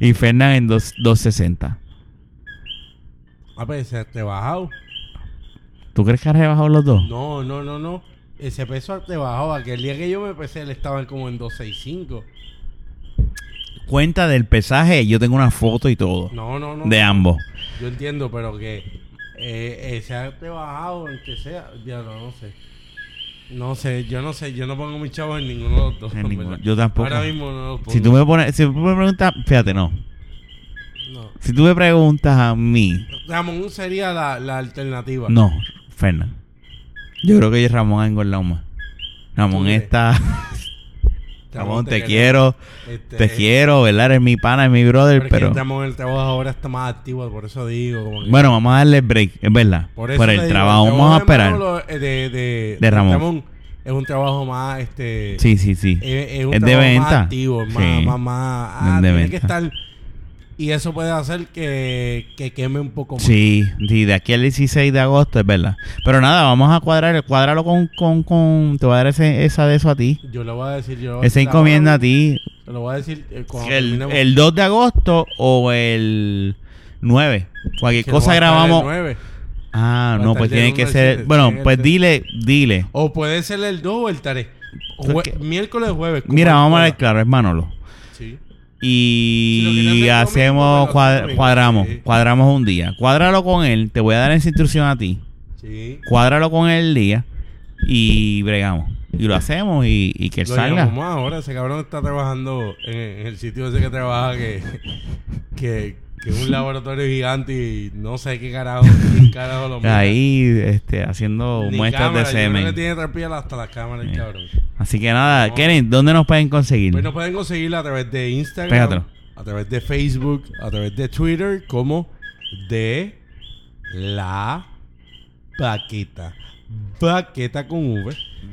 Speaker 1: y Fernán en dos- 260.
Speaker 2: ah, pues se ha rebajado.
Speaker 1: ¿Tú crees que ha rebajado los dos?
Speaker 2: No, no, no, no. Ese peso ha rebajado. Aquel día que yo me pesé, él estaba como en 265.
Speaker 1: Cuenta del pesaje, yo tengo una foto y todo.
Speaker 2: No, no, no.
Speaker 1: De ambos.
Speaker 2: Yo entiendo, pero que eh, eh, se ha rebajado en que sea. Ya no, no sé. No sé, yo no sé. Yo no pongo mis chavos en ninguno de los dos.
Speaker 1: En ninguno.
Speaker 2: ¿verdad?
Speaker 1: Yo tampoco.
Speaker 2: Ahora mismo no los pongo.
Speaker 1: Si tú me pones, si tú me preguntas, fíjate, no.
Speaker 2: No.
Speaker 1: Si tú me preguntas a mí,
Speaker 2: Ramón sería la, la alternativa.
Speaker 1: No, Fernan. Yo creo que Ramón ha engordado más. Ramón
Speaker 2: Tigre.
Speaker 1: está. Ramón, te quiero.
Speaker 2: Este,
Speaker 1: Te quiero, ¿verdad? Eres mi pana, es mi
Speaker 2: pero
Speaker 1: brother,
Speaker 2: es que
Speaker 1: pero.
Speaker 2: Ramón en el trabajo ahora está más activo, por eso digo. Como que-
Speaker 1: Bueno, vamos a darle break, es verdad. Por,
Speaker 2: eso
Speaker 1: el
Speaker 2: te digo,
Speaker 1: trabajo, vamos a
Speaker 2: de
Speaker 1: esperar.
Speaker 2: Manolo, eh, De, de-
Speaker 1: De Ramón.
Speaker 2: Es un trabajo más. Este,
Speaker 1: Sí, sí, sí.
Speaker 2: Es, es un
Speaker 1: Es de
Speaker 2: trabajo más
Speaker 1: venta.
Speaker 2: activo, más,
Speaker 1: Sí.
Speaker 2: más, más- ah,
Speaker 1: Es de
Speaker 2: tiene que
Speaker 1: venta.
Speaker 2: estar. Y eso puede hacer que, que queme un poco más.
Speaker 1: Sí, sí, de aquí al 16 de agosto, es verdad. Pero nada, vamos a cuadrar, cuadrarlo con, con, con, te voy a dar ese- esa de eso a ti.
Speaker 2: Yo lo voy a decir. Yo
Speaker 1: Esa encomienda a ti.
Speaker 2: Te lo voy a decir eh, cuando
Speaker 1: El,
Speaker 2: terminemos.
Speaker 1: el 2 de agosto o el 9. Cualquier
Speaker 2: Que no
Speaker 1: cosa
Speaker 2: va a estar el
Speaker 1: grabamos.
Speaker 2: nueve.
Speaker 1: Ah,
Speaker 2: Va a
Speaker 1: no,
Speaker 2: estar
Speaker 1: pues
Speaker 2: de
Speaker 1: tiene
Speaker 2: uno
Speaker 1: que
Speaker 2: al
Speaker 1: ser.
Speaker 2: siete,
Speaker 1: Bueno,
Speaker 2: tiene que
Speaker 1: pues
Speaker 2: ser.
Speaker 1: dile, dile.
Speaker 2: O puede ser el 2 o el 3. Jue-
Speaker 1: Porque-
Speaker 2: Miércoles o jueves. como
Speaker 1: Mira,
Speaker 2: el
Speaker 1: vamos a
Speaker 2: jueves.
Speaker 1: ver, claro, es Manolo.
Speaker 2: Sí. Si lo
Speaker 1: Y
Speaker 2: quieres hacer
Speaker 1: hacemos,
Speaker 2: domingo, pues lo hacemos
Speaker 1: cuad-
Speaker 2: domingo.
Speaker 1: cuadramos,
Speaker 2: Sí.
Speaker 1: cuadramos un día. Cuádralo con él, te voy a dar esa instrucción a ti.
Speaker 2: Sí.
Speaker 1: Cuádralo con él el día y bregamos. Y lo hacemos y, y que él
Speaker 2: Lo
Speaker 1: salga.
Speaker 2: llamamos ahora. Ese cabrón está trabajando en, en el sitio ese que trabaja que, que, que es un laboratorio gigante y no sé qué carajo, qué carajo lo mira.
Speaker 1: Ahí este, haciendo
Speaker 2: Ni
Speaker 1: muestras
Speaker 2: cámara,
Speaker 1: de
Speaker 2: yo creo que
Speaker 1: semen.
Speaker 2: tiene tres pies hasta la cámara el
Speaker 1: Sí.
Speaker 2: cabrón.
Speaker 1: Así que nada,
Speaker 2: No.
Speaker 1: Keren, ¿dónde nos pueden conseguir?
Speaker 2: Pues nos pueden conseguirla a través de Instagram,
Speaker 1: Pégatelo.
Speaker 2: a través de Facebook, a través de Twitter, como de la Baqueta. Baqueta con V.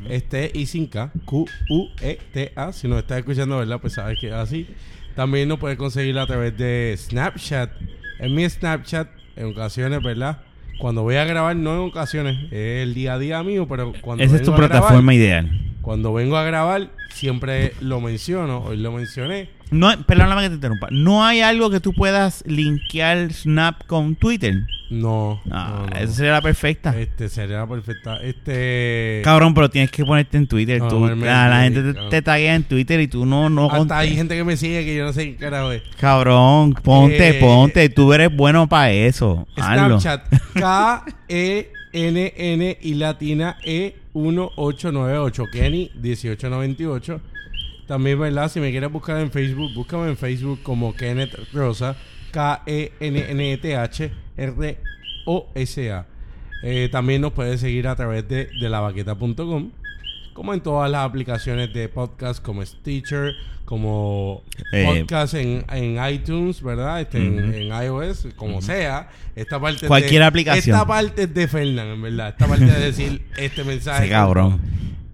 Speaker 2: Este y sin K. Q-U-E-T-A. Si nos estás escuchando, ¿verdad? Pues sabes que es así. También nos puedes conseguirla a través de Snapchat. En mi Snapchat, en ocasiones, ¿verdad? Cuando voy a grabar, no en ocasiones, es el día a día mío, pero cuando
Speaker 1: Esa es tu
Speaker 2: vengo a grabar,
Speaker 1: plataforma ideal.
Speaker 2: cuando vengo a grabar, siempre lo menciono, hoy lo mencioné.
Speaker 1: No, hay- perdóname que te interrumpa. ¿No hay algo que tú puedas linkear Snap con Twitter?
Speaker 2: No,
Speaker 1: Ah,
Speaker 2: no, no.
Speaker 1: Esa sería la perfecta.
Speaker 2: Este sería la perfecta. Este
Speaker 1: Cabrón, pero tienes que ponerte en Twitter.
Speaker 2: No,
Speaker 1: tú,
Speaker 2: me- me-
Speaker 1: la, la
Speaker 2: me-
Speaker 1: gente te,
Speaker 2: cabrón.
Speaker 1: te taguea en Twitter y tú no, no.
Speaker 2: hasta
Speaker 1: conte-
Speaker 2: hay gente que me sigue que yo no sé qué carajo es.
Speaker 1: Cabrón, ponte,
Speaker 2: Eh,
Speaker 1: ponte. Tú eres bueno para eso. Hazlo.
Speaker 2: Snapchat K E N N y latina E 1898 Kenny 1898. También, ¿verdad? Si me quieres buscar en Facebook, búscame en Facebook como Kenneth Rosa, K E N N T H R O S A. Eh, también nos puedes seguir a través de delabaqueta.com, como en todas las aplicaciones de podcast, como Stitcher, como
Speaker 1: Eh,
Speaker 2: podcast en, en iTunes, ¿verdad? Este, en-
Speaker 1: Ujú.
Speaker 2: en, iOS, como sea. Esta parte es
Speaker 1: Cualquier
Speaker 2: de-
Speaker 1: aplicación.
Speaker 2: Esta parte es de Fernán, en verdad. Esta parte de decir este mensaje.
Speaker 1: Ese cabrón.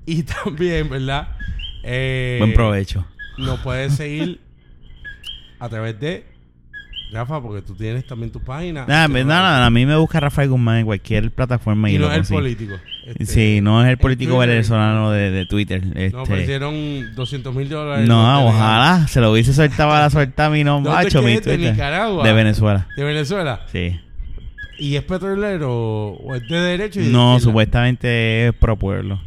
Speaker 2: Y también, ¿verdad? Eh,
Speaker 1: Buen provecho.
Speaker 2: Nos puedes seguir a través de Rafa, porque tú tienes también tu página.
Speaker 1: Nada,
Speaker 2: Este,
Speaker 1: nada, nada, a mí me busca Rafael Guzmán en cualquier plataforma. Y,
Speaker 2: Y no
Speaker 1: lo
Speaker 2: es el
Speaker 1: consigo.
Speaker 2: político. Este,
Speaker 1: sí, no es el
Speaker 2: en
Speaker 1: político
Speaker 2: Twitter,
Speaker 1: venezolano de, de Twitter.
Speaker 2: Nos
Speaker 1: Este,
Speaker 2: ofrecieron 200 mil
Speaker 1: no,
Speaker 2: dólares. te dejaron.
Speaker 1: ojalá. Se lo hubiese soltado a la suelta a mi nombre.
Speaker 2: ¿Dónde
Speaker 1: macho,
Speaker 2: es que
Speaker 1: mi
Speaker 2: es? ¿De
Speaker 1: Twitter.
Speaker 2: Nicaragua?
Speaker 1: De Venezuela.
Speaker 2: De Venezuela.
Speaker 1: Sí.
Speaker 2: ¿Y es petrolero o es de derecho? Y de
Speaker 1: No,
Speaker 2: izquierda?
Speaker 1: supuestamente es pro pueblo.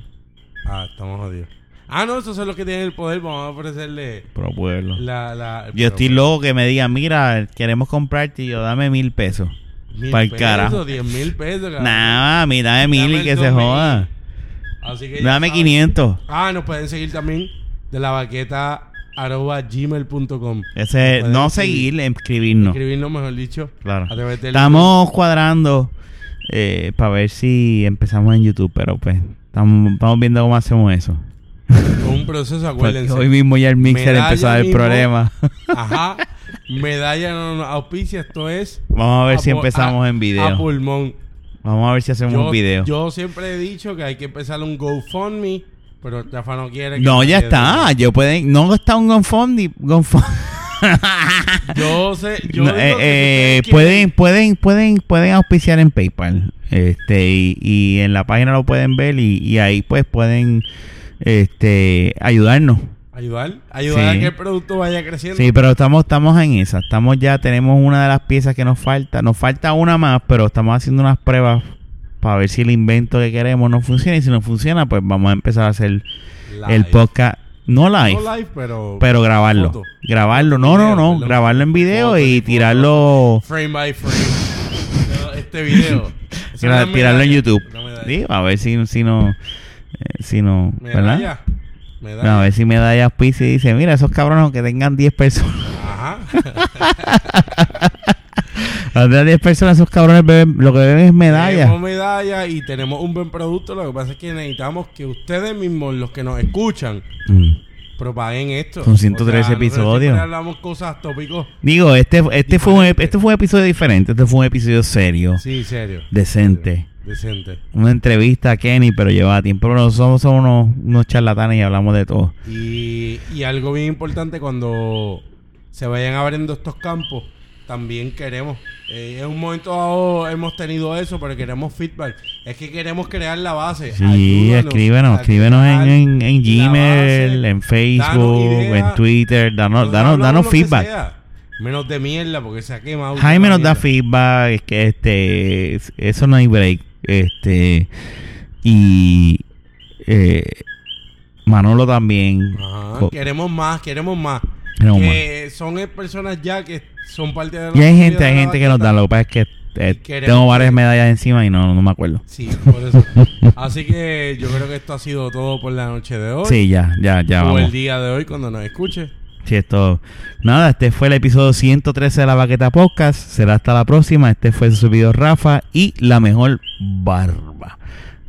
Speaker 2: Ah, estamos jodidos. Ah, no, esos son los que tienen el poder. Vamos a ofrecerle
Speaker 1: Pro pueblo.
Speaker 2: la. la el
Speaker 1: Yo estoy
Speaker 2: programa.
Speaker 1: loco que me digan, mira, queremos comprarte y yo dame mil pesos.
Speaker 2: Mil
Speaker 1: pa'l
Speaker 2: pesos,
Speaker 1: carajo.
Speaker 2: Diez mil pesos, cabrón.
Speaker 1: Nada, mí dame mil
Speaker 2: Dame
Speaker 1: y
Speaker 2: el
Speaker 1: que se
Speaker 2: 2000.
Speaker 1: joda.
Speaker 2: Así que ya
Speaker 1: Dame
Speaker 2: saben.
Speaker 1: 500.
Speaker 2: Ah, nos pueden seguir también de la baqueta arroba gmail.com.
Speaker 1: Ese,
Speaker 2: Nos pueden
Speaker 1: no
Speaker 2: escribir-
Speaker 1: seguir, escribirnos.
Speaker 2: Escribirnos, mejor dicho.
Speaker 1: Claro.
Speaker 2: a través del-
Speaker 1: Estamos cuadrando eh, para ver si empezamos en YouTube, pero pues estamos, estamos viendo cómo hacemos eso.
Speaker 2: Un proceso,
Speaker 1: Porque
Speaker 2: acuérdense.
Speaker 1: hoy mismo ya el mixer
Speaker 2: Medalla
Speaker 1: empezó a dar
Speaker 2: mismo.
Speaker 1: problemas.
Speaker 2: Ajá. Medalla no nos auspicia. Esto es.
Speaker 1: Vamos a ver si
Speaker 2: pu-
Speaker 1: empezamos
Speaker 2: a-
Speaker 1: en
Speaker 2: A
Speaker 1: video.
Speaker 2: pulmón.
Speaker 1: Vamos a ver si hacemos
Speaker 2: Yo,
Speaker 1: un video.
Speaker 2: yo siempre he dicho que hay que empezar un GoFundMe, pero Rafa no quiere. que
Speaker 1: No,
Speaker 2: nadie
Speaker 1: ya está.
Speaker 2: diga.
Speaker 1: Yo pueden, no está un GoFundMe.
Speaker 2: Yo sé. Yo
Speaker 1: No,
Speaker 2: digo
Speaker 1: eh,
Speaker 2: que
Speaker 1: eh,
Speaker 2: si ustedes
Speaker 1: pueden, pueden, pueden, pueden auspiciar en PayPal, este, y, y en la página lo pueden ver y, y ahí pues pueden, este, ayudarnos.
Speaker 2: quieren Ayudar. Ayudar
Speaker 1: Sí.
Speaker 2: a que el producto vaya creciendo.
Speaker 1: Sí, pero estamos, estamos en esa, estamos ya, tenemos una de las piezas que nos falta, nos falta una más, pero estamos haciendo unas pruebas para ver si el invento que queremos no funciona y si no funciona, pues vamos a empezar a hacer
Speaker 2: Live.
Speaker 1: el podcast, no live,
Speaker 2: No live, pero.
Speaker 1: pero grabarlo,
Speaker 2: Foto.
Speaker 1: grabarlo, no,
Speaker 2: Video,
Speaker 1: no, no,
Speaker 2: perdón.
Speaker 1: grabarlo en video
Speaker 2: Foto y
Speaker 1: y
Speaker 2: foto.
Speaker 1: tirarlo.
Speaker 2: Frame by frame. No, este video. Es
Speaker 1: Tira-
Speaker 2: una
Speaker 1: tirarlo en
Speaker 2: medalla,
Speaker 1: YouTube.
Speaker 2: una medalla.
Speaker 1: Sí, a ver si, si no. eh, si no. ¿Verdad?
Speaker 2: Medalla. Medalla.
Speaker 1: A ver si me da ya auspicio y dice: Mira, esos cabrones, aunque tengan 10 personas,
Speaker 2: Ajá.
Speaker 1: Las otras 10 personas, esos cabrones beben, lo que beben es medalla.
Speaker 2: Tenemos medallas y tenemos un buen producto. Lo que pasa es que necesitamos que ustedes mismos, los que nos escuchan,
Speaker 1: Mm.
Speaker 2: propaguen esto.
Speaker 1: Son 113
Speaker 2: nosotros
Speaker 1: episodios.
Speaker 2: siempre hablamos cosas, tópicos.
Speaker 1: Digo, este, este, fue un, ep- este fue un episodio diferente. Este fue un episodio serio.
Speaker 2: Sí, serio.
Speaker 1: Decente.
Speaker 2: Decente.
Speaker 1: Una entrevista a Kenny, pero llevaba tiempo. Pero nosotros somos unos, unos charlatanes y hablamos de todo.
Speaker 2: Y, y algo bien importante cuando se vayan abriendo estos campos, también queremos. eh, en un momento dado hemos tenido eso, pero queremos feedback. Es que queremos crear la base.
Speaker 1: Sí,
Speaker 2: Ayúdanos
Speaker 1: escríbenos,
Speaker 2: a
Speaker 1: escríbenos en,
Speaker 2: crear
Speaker 1: en, en Gmail,
Speaker 2: la base.
Speaker 1: en
Speaker 2: Danos
Speaker 1: Facebook,
Speaker 2: ideas.
Speaker 1: en Twitter, danos,
Speaker 2: Nosotros
Speaker 1: danos,
Speaker 2: hablamos
Speaker 1: danos
Speaker 2: lo que
Speaker 1: feedback.
Speaker 2: sea, Menos de mierda, porque se ha quemado.
Speaker 1: Jaime nos da
Speaker 2: Mierda.
Speaker 1: feedback, es que este, es- eso no hay break, este, y eh, Manolo también.
Speaker 2: Ajá,
Speaker 1: Co-
Speaker 2: queremos más, queremos más.
Speaker 1: Queremos
Speaker 2: Ah, que son eh, personas ya que son parte de la
Speaker 1: Y hay gente,
Speaker 2: comunidad
Speaker 1: hay
Speaker 2: de la
Speaker 1: gente que nos da,
Speaker 2: bachata.
Speaker 1: lo que pasa es que eh,
Speaker 2: queremos
Speaker 1: tengo varias
Speaker 2: que-
Speaker 1: medallas encima y no, no me acuerdo.
Speaker 2: Sí, por eso. Así que yo creo que esto ha sido todo por la noche de hoy.
Speaker 1: Sí, ya, ya, ya
Speaker 2: o el
Speaker 1: vamos.
Speaker 2: día de hoy cuando nos escuche.
Speaker 1: Sí, esto. Nada, este fue el episodio 113 de la Baqueta Podcast. Será hasta la próxima. Este fue su servidor Rafa y la mejor barba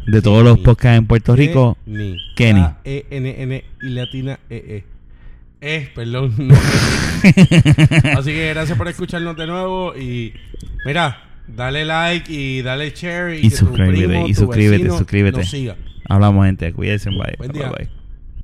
Speaker 1: de todos los podcasts en Puerto Rico.
Speaker 2: Ni.
Speaker 1: Kenny.
Speaker 2: E N N y latina E E. Eh, perdón. no. Así que gracias por escucharnos de nuevo y mira, dale like y dale share
Speaker 1: Y
Speaker 2: y, que tu
Speaker 1: suscríbete,
Speaker 2: primo,
Speaker 1: y
Speaker 2: tu
Speaker 1: suscríbete,
Speaker 2: vecino
Speaker 1: suscríbete.
Speaker 2: nos siga.
Speaker 1: Hablamos, gente. Cuídense. Bye.
Speaker 2: Buen
Speaker 1: Bye,
Speaker 2: día.
Speaker 1: bye.